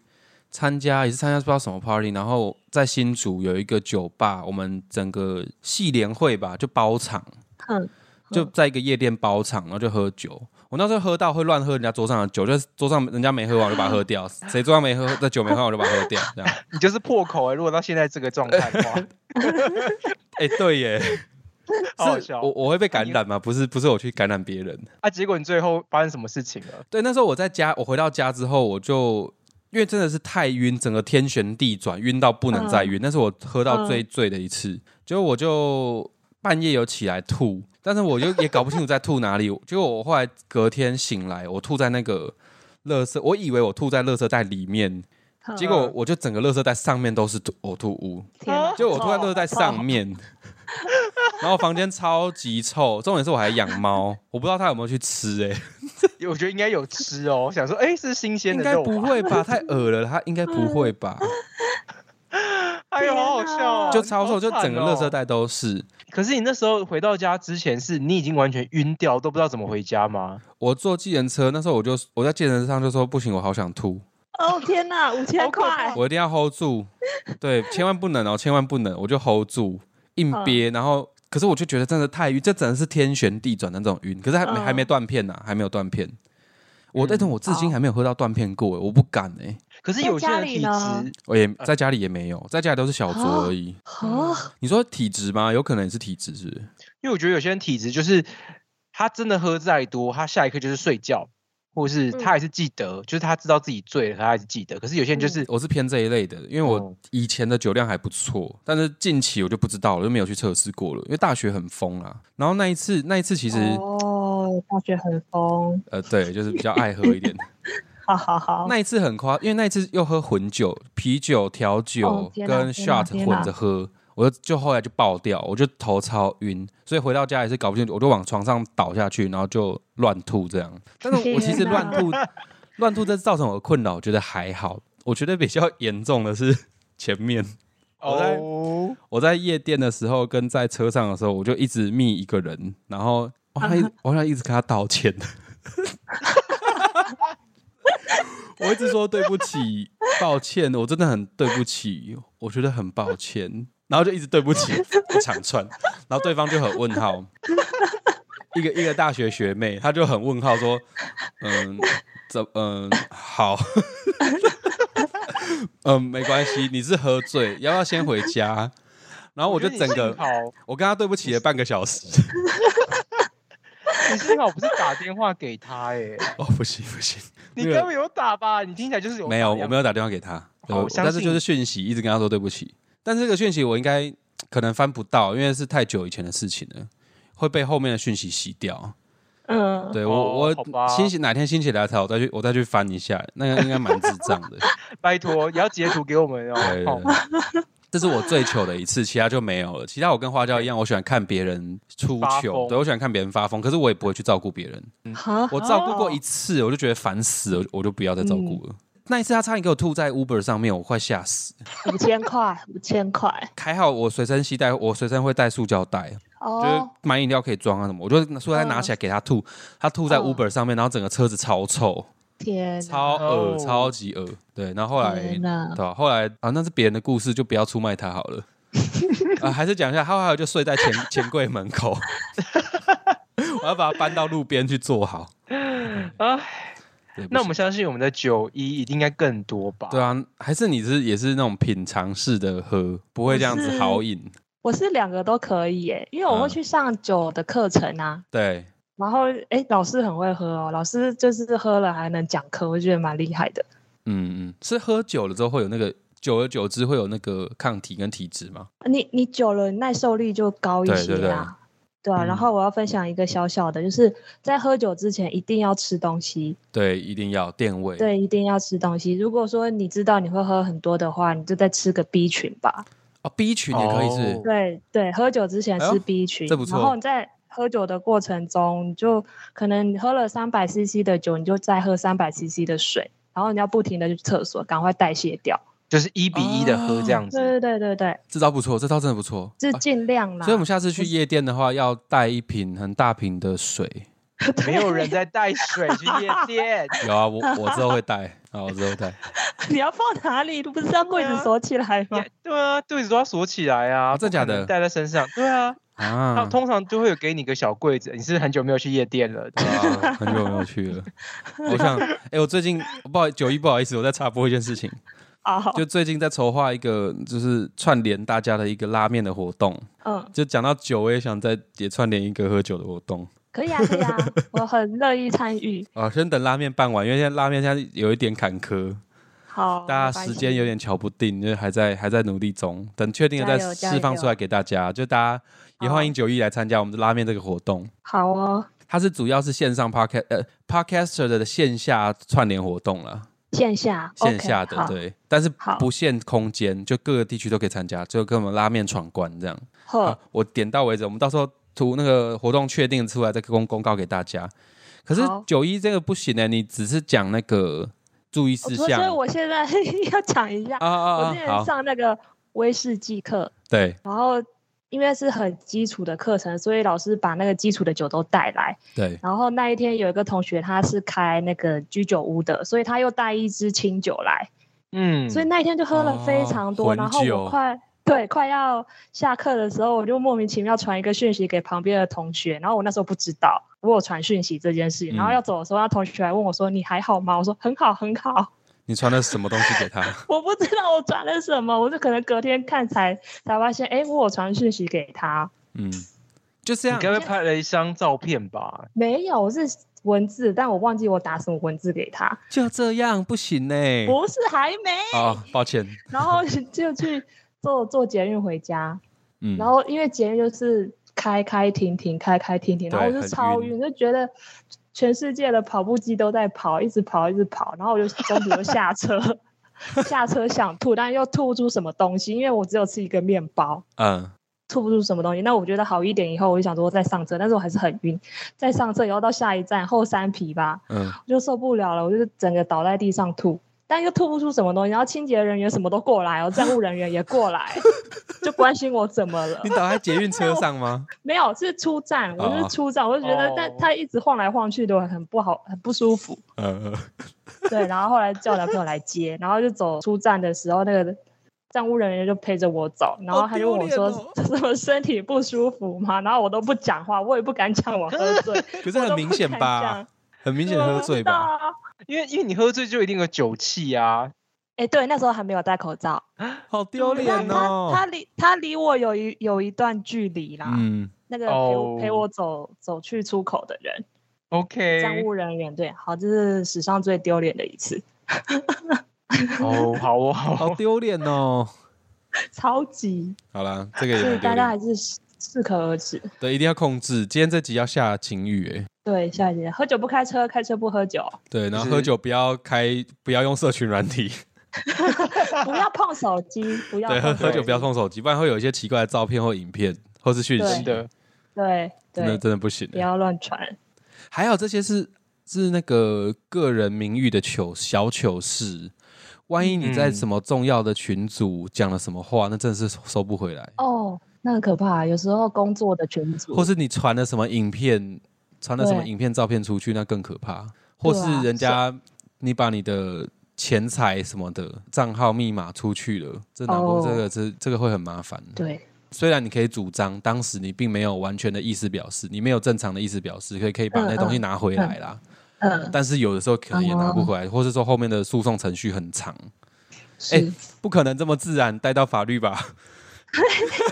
Speaker 1: 参加也是参加不知道什么 party，然后在新竹有一个酒吧，我们整个系联会吧就包场，
Speaker 3: 嗯，
Speaker 1: 就在一个夜店包场，然后就喝酒。我那时候喝到会乱喝人家桌上的酒，就是桌上人家没喝完我就把它喝掉，谁桌上没喝的酒没喝完我就把它喝掉，这样。
Speaker 2: 你就是破口哎、如果到现在这个状态 的话，
Speaker 1: 哎、对耶，
Speaker 2: 好好
Speaker 1: 是
Speaker 2: 笑
Speaker 1: 我我会被感染吗？不是，不是我去感染别人。
Speaker 2: 啊，结果你最后发生什么事情了？
Speaker 1: 对，那时候我在家，我回到家之后，我就因为真的是太晕，整个天旋地转，晕到不能
Speaker 2: 嗯
Speaker 1: 再晕。那是我喝到最醉的一次，结果我就半夜有起来吐，但是我就也搞不清楚在吐哪里。结果我后来隔天醒来，我吐在那个垃圾，我以为我吐在垃圾袋里面，
Speaker 3: 嗯
Speaker 1: 结果我就整个垃圾袋上面都是吐呕吐物。
Speaker 3: 天啊哪
Speaker 1: 就我突然都是在上
Speaker 3: 哦
Speaker 1: 面， 然后房间超级臭，重点是我还养猫，我不知道它有没有去吃、欸，
Speaker 2: 我觉得应该有吃哦，我想说，哎、是新鲜
Speaker 1: 应
Speaker 2: 的
Speaker 1: 该
Speaker 2: 肉吧？
Speaker 1: 不会吧？太恶了，它应该不会吧？
Speaker 2: 哎呦，好好笑哦、
Speaker 1: 就
Speaker 2: 你
Speaker 1: 超
Speaker 2: 好
Speaker 1: 臭，就整个
Speaker 2: 惨哦
Speaker 1: 垃圾。袋都是。
Speaker 2: 可是你那时候回到家之前，是你已经完全晕掉，都不知道怎么回家吗？
Speaker 1: 我坐计程车那时候，我就我在计程车上就说不行，我好想吐，
Speaker 3: 哦天哪，五千
Speaker 2: 好可怕
Speaker 3: 块，
Speaker 1: 我一定要 hold 住，对，千万不能哦，千万不能，我就 hold 住，硬
Speaker 3: 嗯
Speaker 1: 憋，然后。可是我就觉得真的太晕，这真的是天旋地转的那种晕。可是还没、
Speaker 3: 嗯
Speaker 1: 还没断片呐、啊还没有断片。我但是
Speaker 2: 嗯
Speaker 1: 我至今
Speaker 3: 好
Speaker 1: 还没有喝到断片过、欸，我不敢哎、
Speaker 2: 可是
Speaker 3: 在
Speaker 2: 有些
Speaker 3: 家
Speaker 2: 人
Speaker 3: 里
Speaker 2: 体
Speaker 3: 呢
Speaker 2: 质，
Speaker 1: 哦我也在家里也没有，在家里都是小酌而已。
Speaker 3: 呃哦，
Speaker 1: 你说体质吗？有可能也是体质，是不是？
Speaker 2: 因为我觉得有些人体质就是他真的喝再多，他下一刻就是睡觉，或是
Speaker 3: 嗯
Speaker 2: 他还是记得，就是他知道自己醉了，可他还是记得。可是有些人就是、
Speaker 1: 我是偏这一类的，因为我
Speaker 2: 哦
Speaker 1: 以前的酒量还不错，但是近期我就不知道了，就没有去测试过了，因为大学很疯啦。然后那一次，那一次其实、
Speaker 3: 哦，大学很疯，
Speaker 1: 呃，对，就是比较爱喝一点。
Speaker 3: 好好好，
Speaker 1: 那一次很夸，因为那一次又喝混酒、啤酒、调酒、
Speaker 3: 哦天哪
Speaker 1: 跟
Speaker 3: 天哪
Speaker 1: shot
Speaker 3: 天哪
Speaker 1: 混着喝，我就就后来就爆掉，我就头超晕，所以回到家也是搞不清楚，我就往床上倒下去，然后就乱吐这样。但是我其实
Speaker 3: 天哪
Speaker 1: 乱吐，乱吐这造成我的困扰，我觉得还好。我觉得比较严重的是 前面我在
Speaker 2: 哦，
Speaker 1: 我在夜店的时候跟在车上的时候，我就一直密一个人，然后我还
Speaker 3: 啊
Speaker 1: 一直我好像一直跟他道歉，我一直说对不起，抱歉，我真的很对不起，我觉得很抱歉，然后就一直对不起一长串，然后对方就很问号，一个一个大学学妹，她就很问号说，嗯，怎嗯好。嗯，没关系，你是喝醉，要不要先回家？然后我就整
Speaker 2: 觉得
Speaker 1: 个
Speaker 2: 你幸，好，
Speaker 1: 我跟他对不起了半个小时。
Speaker 2: 你幸好不是打电话给他 哎，
Speaker 1: 哦，不行不行，
Speaker 2: 你
Speaker 1: 那个
Speaker 2: 该不会有打吧？你听起来就是有
Speaker 1: 没有，
Speaker 2: 打的
Speaker 1: 我
Speaker 2: 样
Speaker 1: 没有打电话给他，对
Speaker 2: 我
Speaker 1: 我
Speaker 2: 相
Speaker 1: 但是就
Speaker 2: 信
Speaker 1: 是讯息，一直跟他说对不起。但这个讯息我应该可能翻不到，因为是太久以前的事情了，会被后面的讯息洗掉。
Speaker 3: 嗯，
Speaker 1: 对
Speaker 2: 哦
Speaker 1: 我，
Speaker 2: 好
Speaker 1: 我
Speaker 2: 吧
Speaker 1: 心情哪天心血来潮，我再去我再去翻一下，那个应该蛮智障 的。
Speaker 2: 子，拜托也要截图给我们哦。
Speaker 1: 对对
Speaker 2: 哦
Speaker 1: 对，这是我最糗的一次，其他就没有了。其他我跟花椒一样，我喜欢看别人出
Speaker 2: 发
Speaker 1: 糗，
Speaker 2: 疯哦
Speaker 1: 对我喜欢看别人发疯，可是我也不会去照顾别人。
Speaker 3: 好，
Speaker 1: 我照顾过一次，我就觉得烦死了，我就我就不要再照顾了。
Speaker 2: 嗯
Speaker 1: 那一次他差点给我吐在 Uber 上面，我快吓死。
Speaker 3: 五千块，五 千块，
Speaker 1: 还好我随身携带，我随身会带塑胶袋，就是
Speaker 3: 哦，
Speaker 1: 买饮料可以装啊什么，我就拿塑胶袋拿起来给他吐，他吐在
Speaker 3: 嗯
Speaker 1: Uber 上面，然后整个车子超臭，
Speaker 3: 天哪，
Speaker 1: 超恶，
Speaker 2: 哦
Speaker 1: 超级恶。对，然后后来
Speaker 3: 嗯天哪，
Speaker 1: 对、啊，后来啊，那是别人的故事，就不要出卖他好 了。啊，还是讲一下，他后来就睡在钱 钱柜门口， 我要把它搬到路边去坐好。
Speaker 2: 啊，
Speaker 1: 对，不
Speaker 2: 那我
Speaker 1: 行
Speaker 2: 们相信我们的九一一定应该更多吧？
Speaker 1: 对啊，还是你是也是那种品尝式的喝，不会这样子豪饮。
Speaker 3: 我是两个都可以耶，因为我
Speaker 1: 嗯
Speaker 3: 会去上酒的课程啊。
Speaker 1: 对，
Speaker 3: 然后，哎，老师很会喝哦，老师就是喝了还能讲课，我觉得蛮厉害的。
Speaker 1: 嗯嗯，是喝酒了之后会有那个，久而久之会有那个抗体跟体质吗？
Speaker 3: 你你久了，你耐受力就高一
Speaker 1: 对
Speaker 3: 些
Speaker 1: 对对
Speaker 3: 啦。对啊，
Speaker 1: 嗯
Speaker 3: 然后我要分享一个小小的，就是在喝酒之前一定要吃东西，
Speaker 1: 对，一定要垫胃。
Speaker 3: 对，一定要吃东西。如果说你知道你会喝很多的话，你就再吃个 B 群吧。
Speaker 1: 哦，B 群也可以是，
Speaker 2: 哦
Speaker 3: 对对，喝酒之前
Speaker 1: 哎呦
Speaker 3: 吃 B 群，
Speaker 1: 这不错
Speaker 3: 然后你在喝酒的过程中，你就可能你喝了三百 CC 的酒，你就再喝三百 CC 的水，然后你要不停的去厕所，赶快代谢掉。
Speaker 2: 就是一比一的喝这样子。
Speaker 3: 哦对对对对对，
Speaker 1: 这招不错，这招真的不错。
Speaker 3: 就
Speaker 1: 啊
Speaker 3: 尽量啦。
Speaker 1: 所以我们下次去夜店的话，要带一瓶很大瓶的水。
Speaker 2: 没有人在带水去夜 店，
Speaker 1: 有啊，我我之后会带啊，我之后会 带。
Speaker 3: 你要放哪里？你不是让柜子
Speaker 2: 对啊
Speaker 3: 锁起来吗？
Speaker 2: 也对啊，对子都要锁起来啊，
Speaker 1: 哦真的假的
Speaker 2: 不可能带在身上，对啊，他
Speaker 1: 啊，
Speaker 2: 通常就会有给你个小柜子，你是不是很久没有去夜店了，对吧？
Speaker 1: 啊很久没有去 了。我想，哎、我最近不好九一不好意思，我再插播一件事情，
Speaker 3: 好，
Speaker 1: 就最近在筹划一个就是串联大家的一个拉面的活动。
Speaker 3: 嗯，
Speaker 1: 就讲到酒，我也想再也串联一个喝酒的活动
Speaker 3: 可以啊，可以啊，我很乐意参与。
Speaker 1: 啊。先等拉面办完，因为现在拉面现在有一点坎坷，
Speaker 3: 哦好，
Speaker 1: 大家
Speaker 3: 没关
Speaker 1: 时
Speaker 3: 系
Speaker 1: 间有点瞧不定，就是还在还在努力中，等确定了
Speaker 3: 加
Speaker 1: 再
Speaker 3: 油加
Speaker 1: 释放出来给大家。就大家也欢迎九一来参加我们的拉面这个活动。
Speaker 3: 好哦，
Speaker 1: 它是主要是线上 podcast 呃 podcaster 的线下串联活动了，
Speaker 3: 线下
Speaker 1: 线下的，
Speaker 3: OK，
Speaker 1: 对，但是
Speaker 3: 好
Speaker 1: 不限空间，就各个地区都可以参加，就跟我们拉面闯关这样。
Speaker 3: 好
Speaker 1: 啊
Speaker 3: 呵，
Speaker 1: 我点到为止，我们到时候图那个活动确定出来再公公告给大家。可是
Speaker 3: 好
Speaker 1: 九一这个不行呢，你只是讲那个注意事
Speaker 3: 我哦所以
Speaker 1: 项
Speaker 3: 我现在 要讲一下，
Speaker 1: 啊
Speaker 3: 我
Speaker 1: 啊
Speaker 3: 之
Speaker 1: 啊！
Speaker 3: 前
Speaker 1: 好，
Speaker 3: 上那个威士忌课，
Speaker 1: 对
Speaker 3: 然后因为是很基础的课程，所以老师把那个基础的酒都带来。
Speaker 1: 对，
Speaker 3: 然后那一天有一个同学他是开那个居酒屋的，所以他又带一支清酒来，
Speaker 2: 嗯，
Speaker 3: 所以那一天就喝了非常多，
Speaker 1: 哦
Speaker 3: 然
Speaker 1: 混
Speaker 3: 后
Speaker 1: 酒
Speaker 3: 我快对快要下课的时候，我就莫名其妙传一个讯息给旁边的同学，然后我那时候不知道我有传讯息这件事，然后
Speaker 1: 嗯
Speaker 3: 要走的时候，那同学还问我说：“你还好吗？”我说：“很好，很好。
Speaker 1: 你传了什么东西给他？”
Speaker 3: 我不知道我传了什么，我就可能隔天看才才发现，哎，我有传讯息给他。
Speaker 1: 嗯，就这
Speaker 2: 你
Speaker 1: 样。
Speaker 2: 该不会拍了一张照片吧？
Speaker 3: 没有，是文字，但我忘记我打什么文字给他。
Speaker 1: 就这样不行呢、
Speaker 3: 不是还没，
Speaker 1: 哦，抱歉，
Speaker 3: 然后 就去坐坐捷运回家，
Speaker 1: 嗯，
Speaker 3: 然后因为捷运就是开开停停，开开停停，然后我
Speaker 1: 对
Speaker 3: 就
Speaker 1: 很
Speaker 3: 超
Speaker 1: 晕
Speaker 3: 晕，就觉得全世界的跑步机都在跑，一直跑，一直跑，然后我就中途就下车， 下车想吐，但又吐不出什么东西，因为我只有吃一个面包。
Speaker 1: 嗯，
Speaker 3: 吐不出什么东西，那我觉得好一点以后，我就想说再上车，但是我还是很晕。再上车以后到下一站后山皮吧，
Speaker 1: 嗯，
Speaker 3: 我就受不了了，我就是整个倒在地上吐，但又吐不出什么东西。然后清洁人员什么都过来哦，站务人员也过来，就关心我怎么了
Speaker 1: 你。倒在捷运车上吗？
Speaker 3: 没有，是出站，我
Speaker 1: 哦
Speaker 3: 是出站，我就觉得，但
Speaker 2: 哦
Speaker 3: 他一直晃来晃去的，我很不好，很不舒服。
Speaker 1: 呃，
Speaker 3: 对，然后后来叫男朋友来接，然后就走出站的时候，那个站务人员就陪着我走，然后他就问我说：“
Speaker 1: 好哦
Speaker 3: 什么身体不舒服吗？”然后我都不讲话，我也不敢讲我喝 醉，
Speaker 1: 可是很明显吧，很明
Speaker 3: 明
Speaker 1: 显喝醉吧？？
Speaker 3: 啊
Speaker 2: 因为因为你喝醉就一定有酒气啊。
Speaker 3: 哎、对，那时候还没有戴口罩，
Speaker 1: 好丢脸
Speaker 3: 他
Speaker 1: 哦
Speaker 3: 他。离他离我有一有一段距离啦，
Speaker 1: 嗯，
Speaker 3: 那个陪我、陪
Speaker 2: 哦
Speaker 3: 我走走去出口的人，站
Speaker 2: OK，
Speaker 3: 务人员对，好，这是史上最丢脸的一次，
Speaker 2: 哦，好哦， 好
Speaker 1: 好
Speaker 2: 哦，
Speaker 1: 丢脸哦。
Speaker 3: 超级，
Speaker 1: 好啦，这个也
Speaker 3: 所以
Speaker 1: 很丢
Speaker 3: 大
Speaker 1: 脸。
Speaker 3: 家还是适适可而止。
Speaker 1: 对，一定要控制。今天这集要下情欲、欸，
Speaker 3: 对，下一节喝酒不开车，开车不喝 酒，
Speaker 1: 对，然后
Speaker 2: 是
Speaker 1: 喝酒不要开，不要用社群软体，
Speaker 3: 不要碰手机，不要
Speaker 1: 对，喝
Speaker 3: 碰
Speaker 1: 喝
Speaker 3: 手
Speaker 1: 酒
Speaker 3: 机
Speaker 1: 不要碰手机，不然会有一些奇怪的照片或影片或是讯
Speaker 3: 对
Speaker 1: 息
Speaker 2: 真，的，
Speaker 3: 对
Speaker 1: 真的
Speaker 3: 对，
Speaker 1: 真的不行、
Speaker 3: 不
Speaker 1: 欸。
Speaker 3: 要乱传。
Speaker 1: 还有这些是是那个个人名誉的糗小糗事，万一你在
Speaker 2: 嗯
Speaker 1: 什么重要的群组讲了什么话，那真的是收不回来，
Speaker 3: 哦，那很可怕。有时候工作的群组，
Speaker 1: 或是你传了什么影片，传了什么
Speaker 3: 对
Speaker 1: 影片照片出去，那更可怕，或
Speaker 3: 对啊
Speaker 1: 是人家你把你的。钱财什么的账号密码出去了，这难过，
Speaker 3: 哦
Speaker 1: 这个这这个会很麻烦。
Speaker 3: 对
Speaker 1: 虽然你可以主张当时你并没有完全的意思表示，你没有正常的意思表示，可以可以把那东西拿回来啦。
Speaker 3: 嗯哦
Speaker 1: 但是有的时候可能也拿不回来，或是说后面的诉讼程序很长，
Speaker 3: 是、
Speaker 1: 哎、不可能这么自然带到法律 吧？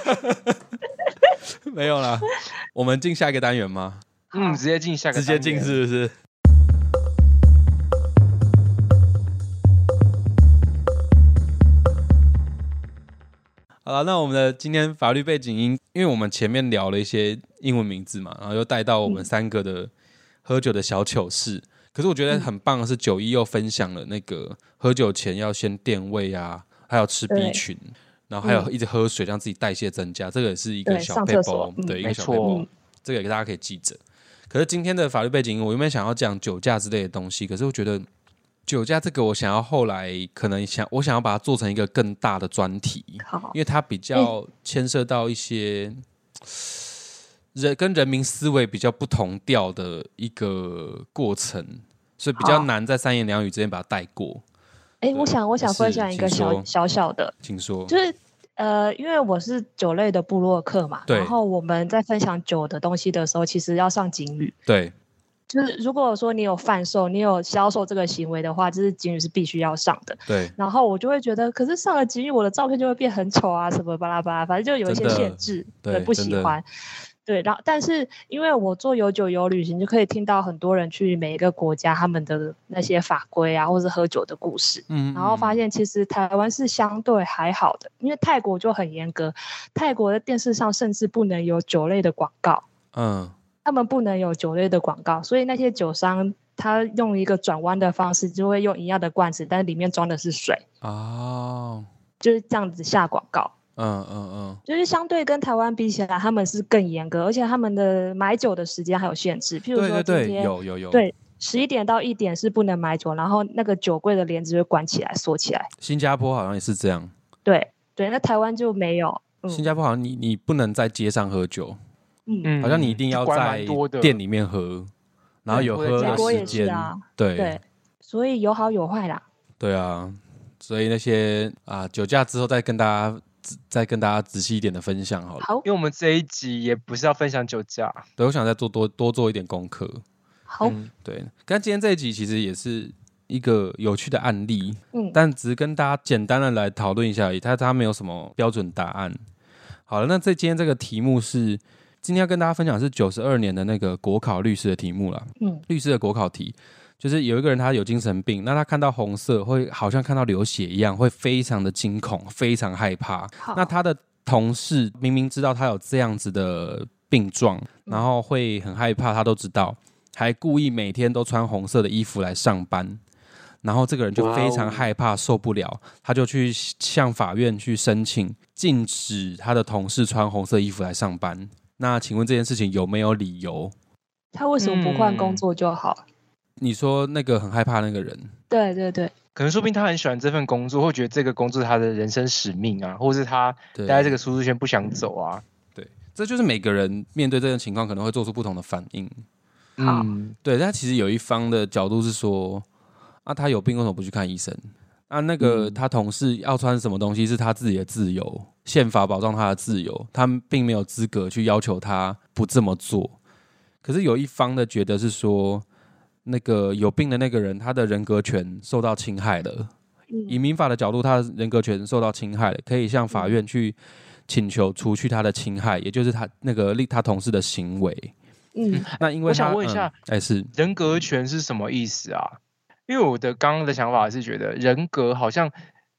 Speaker 1: 没有啦，我们进下一个单元吗？
Speaker 2: 嗯，直接进下个
Speaker 1: 直
Speaker 2: 单元，
Speaker 1: 接进是不是？好了，那我们的今天法律背景音，因为我们前面聊了一些英文名字嘛，然后又带到我们三个的喝酒的小糗事。可是我觉得很棒的是，九一又分享了那个喝酒前要先垫胃啊，还有吃 B
Speaker 3: 对
Speaker 1: 群，然后还有一直喝水，让自己代谢增加，这个也是一个
Speaker 3: 对
Speaker 1: 小
Speaker 3: 上
Speaker 1: 配包
Speaker 3: 厕所，嗯
Speaker 1: 对，一个
Speaker 2: 没
Speaker 1: 小配包。
Speaker 2: 错
Speaker 3: 嗯，
Speaker 1: 这个给大家可以记着。可是今天的法律背景，我原本想要讲酒驾之类的东西，可是我觉得酒驾这个，我想要后来可能想，我想要把它做成一个更大的专题，
Speaker 3: 好
Speaker 1: 因，为它比
Speaker 3: 嗯
Speaker 1: 较牵涉到一些人跟人民思维比较不同调的一个过程，所以比较
Speaker 3: 好
Speaker 1: 难在三言两语之间把它带过。
Speaker 3: 哎、我想我想
Speaker 1: 是
Speaker 3: 分享一个
Speaker 1: 请
Speaker 3: 小
Speaker 1: 说嗯
Speaker 3: 小小的，
Speaker 1: 请说，
Speaker 3: 就是。呃，因为我是酒类的部落客嘛，
Speaker 1: 对
Speaker 3: 然后我们在分享酒的东西的时候，其实要上警语。
Speaker 1: 对，
Speaker 3: 就是如果说你有贩售、你有销售这个行为的话，就是警语是必须要上的。
Speaker 1: 对，
Speaker 3: 然后我就会觉得，可是上了警语，我的照片就会变很丑啊，什么巴拉巴拉，反正就有一
Speaker 1: 真的
Speaker 3: 些限制，
Speaker 1: 对
Speaker 3: 不
Speaker 1: 真
Speaker 3: 喜
Speaker 1: 的
Speaker 3: 欢。对，然后但是因为我做有酒有旅行，就可以听到很多人去每一个国家他们的那些法规啊，或是喝酒的故事。
Speaker 1: 嗯
Speaker 3: 然后发
Speaker 1: 嗯
Speaker 3: 现其实台湾是相对还好的，因为泰国就很严格，泰国的电视上甚至不能有酒类的广告，
Speaker 1: 嗯，
Speaker 3: 他们不能有酒类的广告，所以那些酒商他用一个转弯的方式，就会用一样的罐子，但里面装的是水。
Speaker 1: 哦，
Speaker 3: 就是这样子下广告。
Speaker 1: 嗯嗯嗯，
Speaker 3: 就是相对跟台湾比起来，他们是更严格，而且他们的买酒的时间还有限制。譬如
Speaker 1: 对对
Speaker 3: 说今
Speaker 1: 对，
Speaker 3: 天
Speaker 1: 有有有，
Speaker 3: 对十一点到一点是不能买酒，然后那个酒柜的帘子就关起来锁起来。
Speaker 1: 新加坡好像也是这样。
Speaker 3: 对对，那台湾就没有。
Speaker 1: 新
Speaker 3: 嗯
Speaker 1: 加坡好像你你不能在街上喝酒，
Speaker 3: 嗯，
Speaker 2: 嗯，
Speaker 1: 好像你一定要
Speaker 2: 管
Speaker 1: 在
Speaker 2: 蛮多的
Speaker 1: 店里面喝，然后有喝
Speaker 2: 对
Speaker 1: 的
Speaker 3: 美国
Speaker 1: 时
Speaker 3: 也是
Speaker 1: 间，
Speaker 3: 啊，
Speaker 1: 对
Speaker 3: 对，所以有好有坏啦。
Speaker 1: 对啊，所以那些啊酒驾之后再跟大家再跟大家仔细一点的分享好了。
Speaker 3: 好
Speaker 2: 因为我们这一集也不是要分享酒驾，
Speaker 1: 对，我想再做多多做一点功课。
Speaker 3: 好，
Speaker 2: 嗯
Speaker 1: 对，但今天这一集其实也是一个有趣的案例，
Speaker 3: 嗯，
Speaker 1: 但只是跟大家简单的来讨论一下而已，它它没有什么标准答案。好了，那这今天这个题目是今天要跟大家分享的是九十二年的那个国考律师的题目啦。
Speaker 3: 嗯，
Speaker 1: 律师的国考题，就是有一个人他有精神病，那他看到红色会好像看到流血一样，会非常的惊恐，非常害怕。
Speaker 3: 好，
Speaker 1: 那他的同事明明知道他有这样子的病状，然后会很害怕，他都知道，还故意每天都穿红色的衣服来上班。然后这个人就非
Speaker 4: 哇
Speaker 1: 常
Speaker 4: 哦
Speaker 1: 害怕，受不了，他就去向法院去申请禁止他的同事穿红色衣服来上班。那请问这件事情有没有理由？
Speaker 3: 他为什么不换
Speaker 2: 嗯
Speaker 3: 工作就好？
Speaker 1: 你说那个很害怕那个人，
Speaker 3: 对对对，
Speaker 2: 可能说不定他很喜欢这份工作，或觉得这个工作是他的人生使命啊，或是他
Speaker 1: 对，
Speaker 2: 待在这个舒适圈不想走啊。
Speaker 1: 对，这就是每个人面对这种情况可能会做出不同的反应。
Speaker 3: 好
Speaker 2: 嗯，
Speaker 1: 对，但其实有一方的角度是说，啊，他有病为什么不去看医生？啊，那个他同事要穿什么东西是他自己的自由，宪法保障他的自由，他们并没有资格去要求他不这么做。可是有一方的觉得是说，那个有病的那个人，他的人格权受到侵害了。以
Speaker 3: 嗯，
Speaker 1: 民法的角度，他的人格权受到侵害了，可以向法
Speaker 2: 嗯
Speaker 1: 院去请求除去他的侵害，也就是他那个利他同事的行为。
Speaker 3: 嗯，
Speaker 1: 那因为
Speaker 2: 我想
Speaker 1: 他
Speaker 2: 问一下，
Speaker 1: 嗯哎、是
Speaker 2: 人格权是什么意思啊？因为我的刚刚的想法是觉得人格好像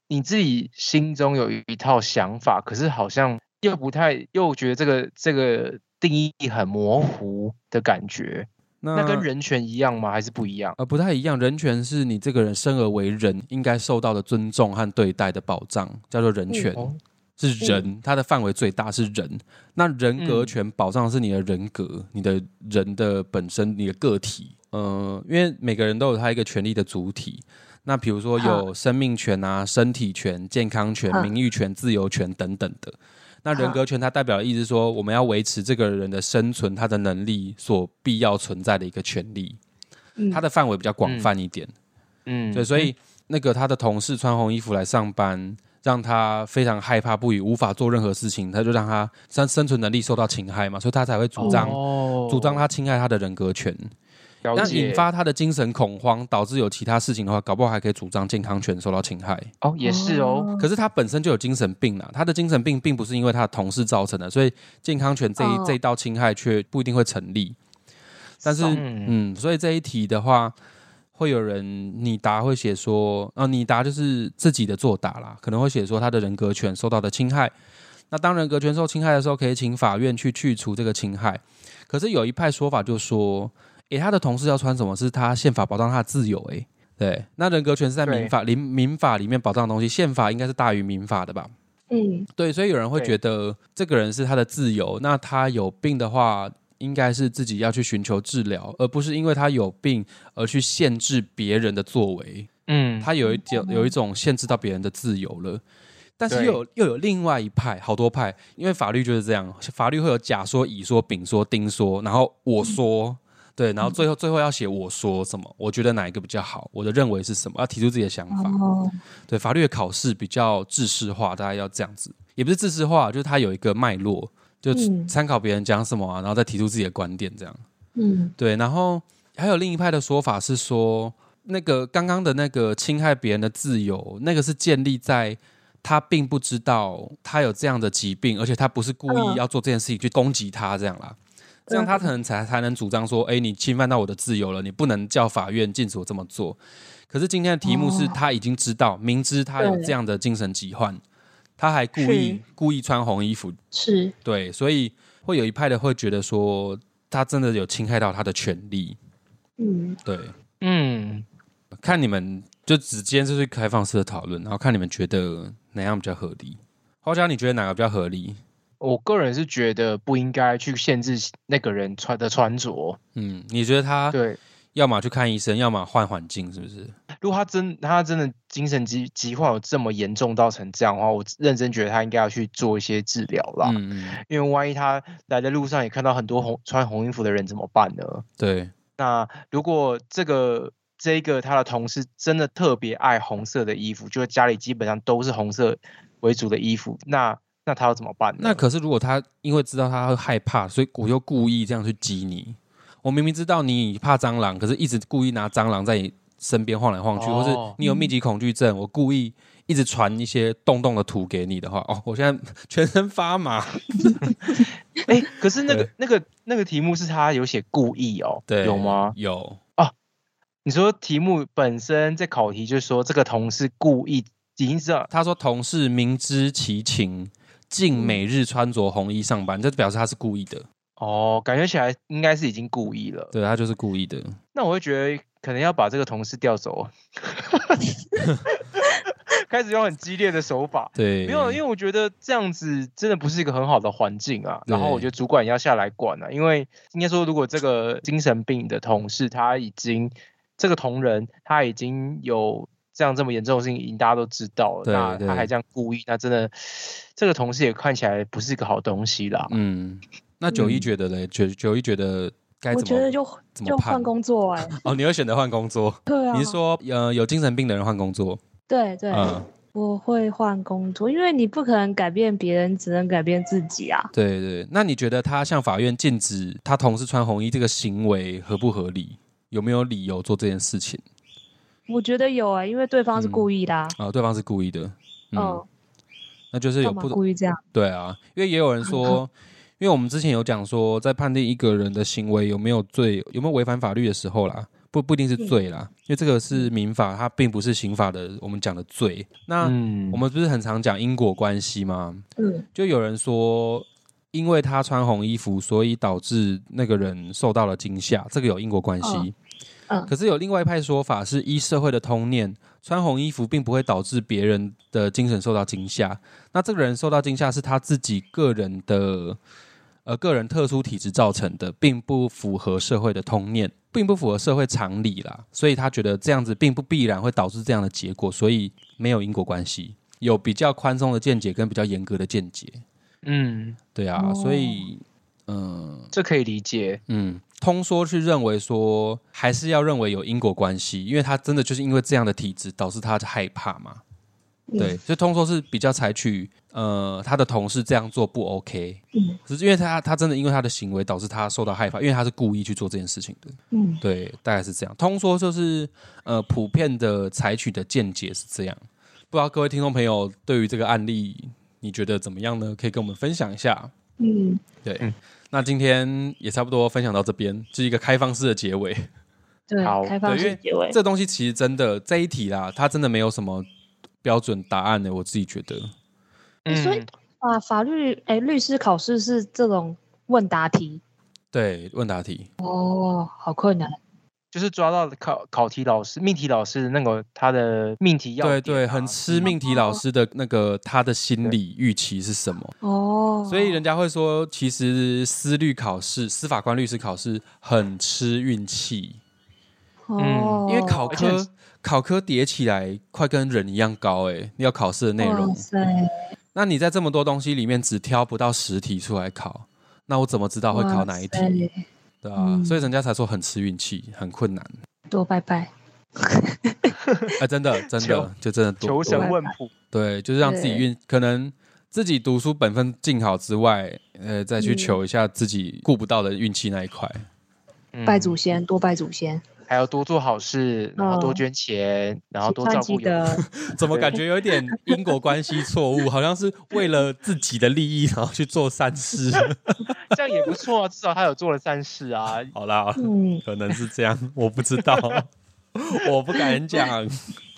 Speaker 2: 你自己心中有一套想法，可是好像又不太又觉得这个这个定义很模糊的感觉。
Speaker 1: 那
Speaker 2: 那跟人权一样吗？还是不一样？
Speaker 1: 呃不太一样，人权是你这个人生而为人应该受到的尊重和对待的保障，叫做人权，
Speaker 2: 哦
Speaker 1: 是人，它的范围最大是人。那人格权保障的是你的人格，你的人的本身，你的个体。嗯，因为每个人都有他一个权利的主体。那比如说有生命权啊、身体权、健康权、
Speaker 3: 嗯
Speaker 1: 名誉权、自由权等等的。那人
Speaker 3: 好
Speaker 1: 格权它代表的意思是说，我们要维持这个人的生存，他的能力所必要存在的一个权利。
Speaker 3: 嗯
Speaker 1: 它的范围比较广泛一点，
Speaker 2: 嗯，
Speaker 1: 对，所以那个他的同事穿红衣服来上班，让他非常害怕不已，无法做任何事情，他就让他生生存能力受到侵害嘛，所以他才会主张、
Speaker 2: 哦
Speaker 1: 主张他侵害他的人格权，
Speaker 2: 了
Speaker 1: 那
Speaker 2: 解
Speaker 1: 引发他的精神恐慌，导致有其他事情的话，搞不好还可以主张健康权受到侵害。
Speaker 2: 哦，也是哦，
Speaker 1: 可是他本身就有精神病啦，他的精神病并不是因为他的同事造成的，所以健康权这一、
Speaker 3: 哦
Speaker 1: 这一道侵害却不一定会成立。但是，嗯
Speaker 2: 嗯
Speaker 1: 所以这一题的话，会有人你答会写说，啊、你答就是自己的作答啦，可能会写说他的人格权受到的侵害。那当人格权受侵害的时候，可以请法院去去除这个侵害。可是有一派说法就说，诶，他的同事要穿什么是他宪法保障他的自由、诶，对，那人格权是在
Speaker 2: 对
Speaker 1: 民法民民法里面保障的东西，宪法应该是大于民法的吧？
Speaker 3: 嗯，
Speaker 1: 对，所以有人会
Speaker 2: 对
Speaker 1: 觉得这个人是他的自由，那他有病的话，应该是自己要去寻求治疗，而不是因为他有病而去限制别人的作为。
Speaker 2: 嗯，
Speaker 1: 他有一点有一种限制到别人的自由了。但是又有又有另外一派，好多派，因为法律就是这样，法律会有甲说、乙说、丙说、丁说，然后我说，对，然后最后最后要写我说什么，我觉得哪一个比较好，我的认为是什么，要提出自己的想法。
Speaker 3: 哦，
Speaker 1: 对，法律的考试比较制式化，大家要这样子，也不是制式化，就是它有一个脉络，就
Speaker 3: 嗯
Speaker 1: 参考别人讲什么啊，然后再提出自己的观点这样。
Speaker 3: 嗯，
Speaker 1: 对，然后还有另一派的说法是说，那个刚刚的那个侵害别人的自由，那个是建立在他并不知道他有这样的疾病，而且他不是故意
Speaker 3: 嗯
Speaker 1: 要做这件事情去攻击他这样啦。这样他可能才才能主张说，哎，你侵犯到我的自由了，你不能叫法院禁止我这么做。可是今天的题目是
Speaker 3: 哦
Speaker 1: 他已经知道，明知他有
Speaker 3: 对
Speaker 1: 这样的精神疾患，他还故意
Speaker 3: 是
Speaker 1: 故意穿红衣服
Speaker 3: 是，
Speaker 1: 对，所以会有一派的会觉得说，他真的有侵害到他的权利。
Speaker 3: 嗯，
Speaker 1: 对，
Speaker 2: 嗯，
Speaker 1: 看你们就只今天就是开放式的讨论，然后看你们觉得哪样比较合理。花椒，你觉得哪个比较合理？
Speaker 2: 我个人是觉得不应该去限制那个人穿的穿着。
Speaker 1: 嗯，你觉得他
Speaker 2: 对，
Speaker 1: 要么去看医生，要么换环境，是不是？
Speaker 2: 如果他真他真的精神疾疾患有这么严重到成这样的话，我认真觉得他应该要去做一些治疗啦。
Speaker 1: 嗯嗯，
Speaker 2: 因为万一他来的路上也看到很多红穿红衣服的人怎么办呢？
Speaker 1: 对，
Speaker 2: 那如果这个这一个他的同事真的特别爱红色的衣服，就是家里基本上都是红色为主的衣服，那那他要怎么办呢？
Speaker 1: 那可是如果他因为知道他会害怕，所以我就故意这样去激你。我明明知道你怕蟑螂，可是一直故意拿蟑螂在你身边晃来晃去，或
Speaker 2: 哦
Speaker 1: 是你有密集恐惧症，我故意一 直传一些洞洞的图给你的话，哦，我现在全身发麻。
Speaker 2: 哎，可是那个那个那个题目是他有写故意哦，
Speaker 1: 对，
Speaker 2: 有吗？
Speaker 1: 有，
Speaker 2: 你说题目本身在考题就是说这个同事故意已经知道
Speaker 1: 他说同事明知其情，竟
Speaker 2: 嗯
Speaker 1: 每日穿着红衣上班，这表示他是故意的。
Speaker 2: 哦，感觉起来应该是已经故意了。
Speaker 1: 对他就是故意的，
Speaker 2: 那我会觉得可能要把这个同事调走，哦 开始用很激烈的手法。
Speaker 1: 对，
Speaker 2: 没有，因为我觉得这样子真的不是一个很好的环境啊。然后我
Speaker 1: 对
Speaker 2: 觉得主管也要下来管啊，因为应该说，如果这个精神病的同事他已经这个同仁他已经有这样这么严重的事情，已经大家都知道
Speaker 1: 对
Speaker 2: 了，那
Speaker 1: 对
Speaker 2: 他还这样故意，那真的这个同事也看起来不是一个好东西啦。
Speaker 1: 嗯，那九一觉得嘞，九九一觉得该
Speaker 3: 我
Speaker 1: 怎
Speaker 3: 觉得
Speaker 1: 么？
Speaker 3: 就
Speaker 1: 怎么
Speaker 3: 就
Speaker 1: 判
Speaker 3: 换工作哎、
Speaker 1: 哦，你会选择换工作？
Speaker 3: 对啊，
Speaker 1: 你是说呃有精神病的人换工作？
Speaker 3: 对对，
Speaker 1: 嗯，
Speaker 3: 我会换工作，因为你不可能改变别人，只能改变自己啊。
Speaker 1: 对对。那你觉得他向法院禁止他同事穿红衣这个行为合不合理？有没有理由做这件事情？
Speaker 3: 我觉得有哎、因为对方是故意的、啊，
Speaker 1: 啊、对方是故意的。嗯，
Speaker 3: 嗯，
Speaker 1: 那就是有
Speaker 3: 干嘛嗯
Speaker 1: 不
Speaker 3: 故意这样？
Speaker 1: 对啊，因为也有人说，因为我们之前有讲说，在判定一个人的行为有没有罪、有没有违反法律的时候啦，不不一定
Speaker 3: 嗯
Speaker 1: 是罪啦，因为这个是民法，它并不是刑法的我们讲的罪。那、
Speaker 2: 嗯
Speaker 1: 我们不是很常讲因果关系吗？
Speaker 3: 嗯，
Speaker 1: 就有人说，因为他穿红衣服，所以导致那个人受到了惊吓，这个有因果关系。
Speaker 3: 嗯
Speaker 1: 可是有另外一派说法是，依社会的通念，穿红衣服并不会导致别人的精神受到惊吓。那这个人受到惊吓是他自己个人的，呃，个人特殊体质造成的，并不符合社会的通念，并不符合社会常理啦。所以他觉得这样子并不必然会导致这样的结果，所以没有因果关系。有比较宽松的见解跟比较严格的见解，
Speaker 2: 嗯，
Speaker 1: 对啊，
Speaker 3: 哦
Speaker 1: 所以，嗯
Speaker 2: 这可以理解。
Speaker 1: 嗯，通说去认为说，还是要认为有因果关系，因为他真的就是因为这样的体质导致他害怕嘛。
Speaker 3: 嗯
Speaker 1: 对，所以通说是比较采取呃，他的同事这样做不 OK，
Speaker 3: 嗯
Speaker 1: 只是因为他他真的因为他的行为导致他受到害怕，因为他是故意去做这件事情的。
Speaker 3: 嗯，
Speaker 1: 对，大概是这样。通说就是呃，普遍的采取的见解是这样。不知道各位听众朋友对于这个案例，你觉得怎么样呢？可以跟我们分享一下。
Speaker 3: 嗯，
Speaker 1: 对，
Speaker 2: 嗯
Speaker 1: 那今天也差不多分享到这边，是一个开放式的结尾。
Speaker 3: 对
Speaker 2: 好，
Speaker 3: 开放
Speaker 1: 对因为
Speaker 3: 式结尾，
Speaker 1: 这东西其实真的这一题啦，它真的没有什么标准答案的，我自己觉得。
Speaker 3: 欸所以
Speaker 2: 嗯
Speaker 3: 啊，法律哎、律师考试是这种问答题
Speaker 1: 对，问答题，
Speaker 3: 哦，好困难。
Speaker 2: 就是抓到考考题老师、命题老师的那个他的命题要点啊、
Speaker 1: 对对，很吃命题老师的那个他的心理预期是什么？
Speaker 3: 哦，
Speaker 1: 所以人家会说，其实司律考试、司法官律师考试很吃运气，
Speaker 3: 哦，
Speaker 1: 嗯因为考
Speaker 2: 而且很
Speaker 1: 科考科叠起来快跟人一样高哎、欸，你要考试的内容
Speaker 2: 哦
Speaker 3: 哇。塞，
Speaker 1: 那你在这么多东西里面只挑不到十题出来考，那我怎么知道会考哪一题？
Speaker 3: 哇塞？
Speaker 1: 对啊，
Speaker 3: 嗯
Speaker 1: 所以人家才说很吃运气，很困难。
Speaker 3: 多拜拜。
Speaker 1: 啊，真的，真
Speaker 2: 求
Speaker 1: 的，就真的多
Speaker 2: 求神
Speaker 1: 多
Speaker 2: 问卜，
Speaker 1: 对，就是让自己
Speaker 3: 对
Speaker 1: 运，可能自己读书本分尽好之外，呃，再去
Speaker 3: 嗯
Speaker 1: 求一下自己顾不到的运气那一块。
Speaker 2: 嗯
Speaker 3: 拜祖，先，多拜祖先，
Speaker 2: 还要多做好事，然后多
Speaker 3: 嗯
Speaker 2: 捐钱，然后多
Speaker 3: 千
Speaker 2: 照
Speaker 3: 万记
Speaker 2: 顾有。
Speaker 3: 得，
Speaker 1: 怎么感觉有一点因果关系错误？好像是为了自己的利益，然后去做善事。
Speaker 2: 这样也不错啊，至少他有做了善事啊。
Speaker 1: 好啦， 好啦
Speaker 3: 嗯，
Speaker 1: 可能是这样，我不知道， 我不敢讲。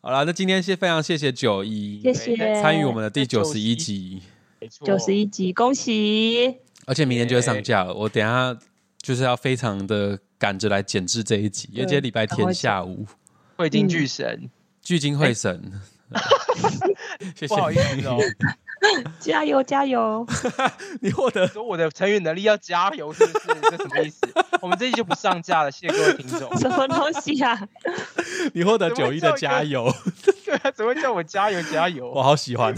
Speaker 1: 好啦，那今天谢非常谢谢九一
Speaker 3: 谢谢
Speaker 1: 参与我们的第九
Speaker 2: 91
Speaker 1: 十一集，
Speaker 2: 没错，
Speaker 3: 九十一集，恭喜。
Speaker 1: 而且明天就会上架了。我等一下就是要非常的赶着来剪制这一集，因为今天礼拜天下午
Speaker 2: 会金巨神，
Speaker 1: 聚精会神。 谢谢
Speaker 2: 哎不好意思哦，
Speaker 3: 加油加油！
Speaker 1: 你获得
Speaker 2: 说我的成语能力要加油，是不是？这什么意思？我们这一集就不上架了，谢谢各位听众。
Speaker 3: 什么东 西啊？
Speaker 1: 你获得
Speaker 2: 怎么
Speaker 1: 九
Speaker 2: 会
Speaker 1: 一
Speaker 2: 叫
Speaker 1: 的
Speaker 2: 一个
Speaker 1: 加油。
Speaker 2: 对啊，怎么会叫我加油加油
Speaker 1: 我？好喜 欢。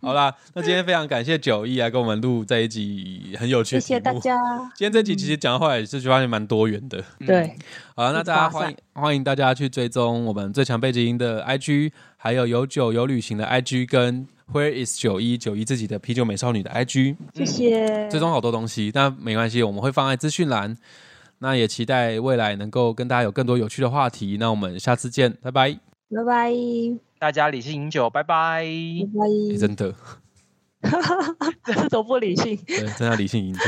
Speaker 1: 好啦，那今天非常感谢九一来跟我们录这一集很有趣
Speaker 3: 谢
Speaker 1: 的
Speaker 3: 谢
Speaker 1: 题
Speaker 3: 大
Speaker 1: 目。
Speaker 3: 家。
Speaker 1: 今天这集其实讲到后来也是发现蛮多元的。
Speaker 2: 嗯
Speaker 3: 对，
Speaker 1: 好，那
Speaker 3: 一直
Speaker 1: 大家
Speaker 3: 发
Speaker 1: 欢迎
Speaker 3: 散
Speaker 1: 欢迎大家去追踪我们最强背景音的 IG，还有有酒有旅行的 IG 跟 Where is 九一九一自己的啤酒美少女的 IG，
Speaker 3: 谢谢。
Speaker 1: 追踪好多东西。那没关系，我们会放在资讯栏。那也期待未来能够跟大家有更多有趣的话题。那我们下次见，拜拜。
Speaker 3: 拜拜，
Speaker 2: 大家理性饮酒，拜拜。
Speaker 3: 拜拜。
Speaker 1: 哎诶真的。
Speaker 5: 这种不理性。
Speaker 1: 对，真要理性饮酒。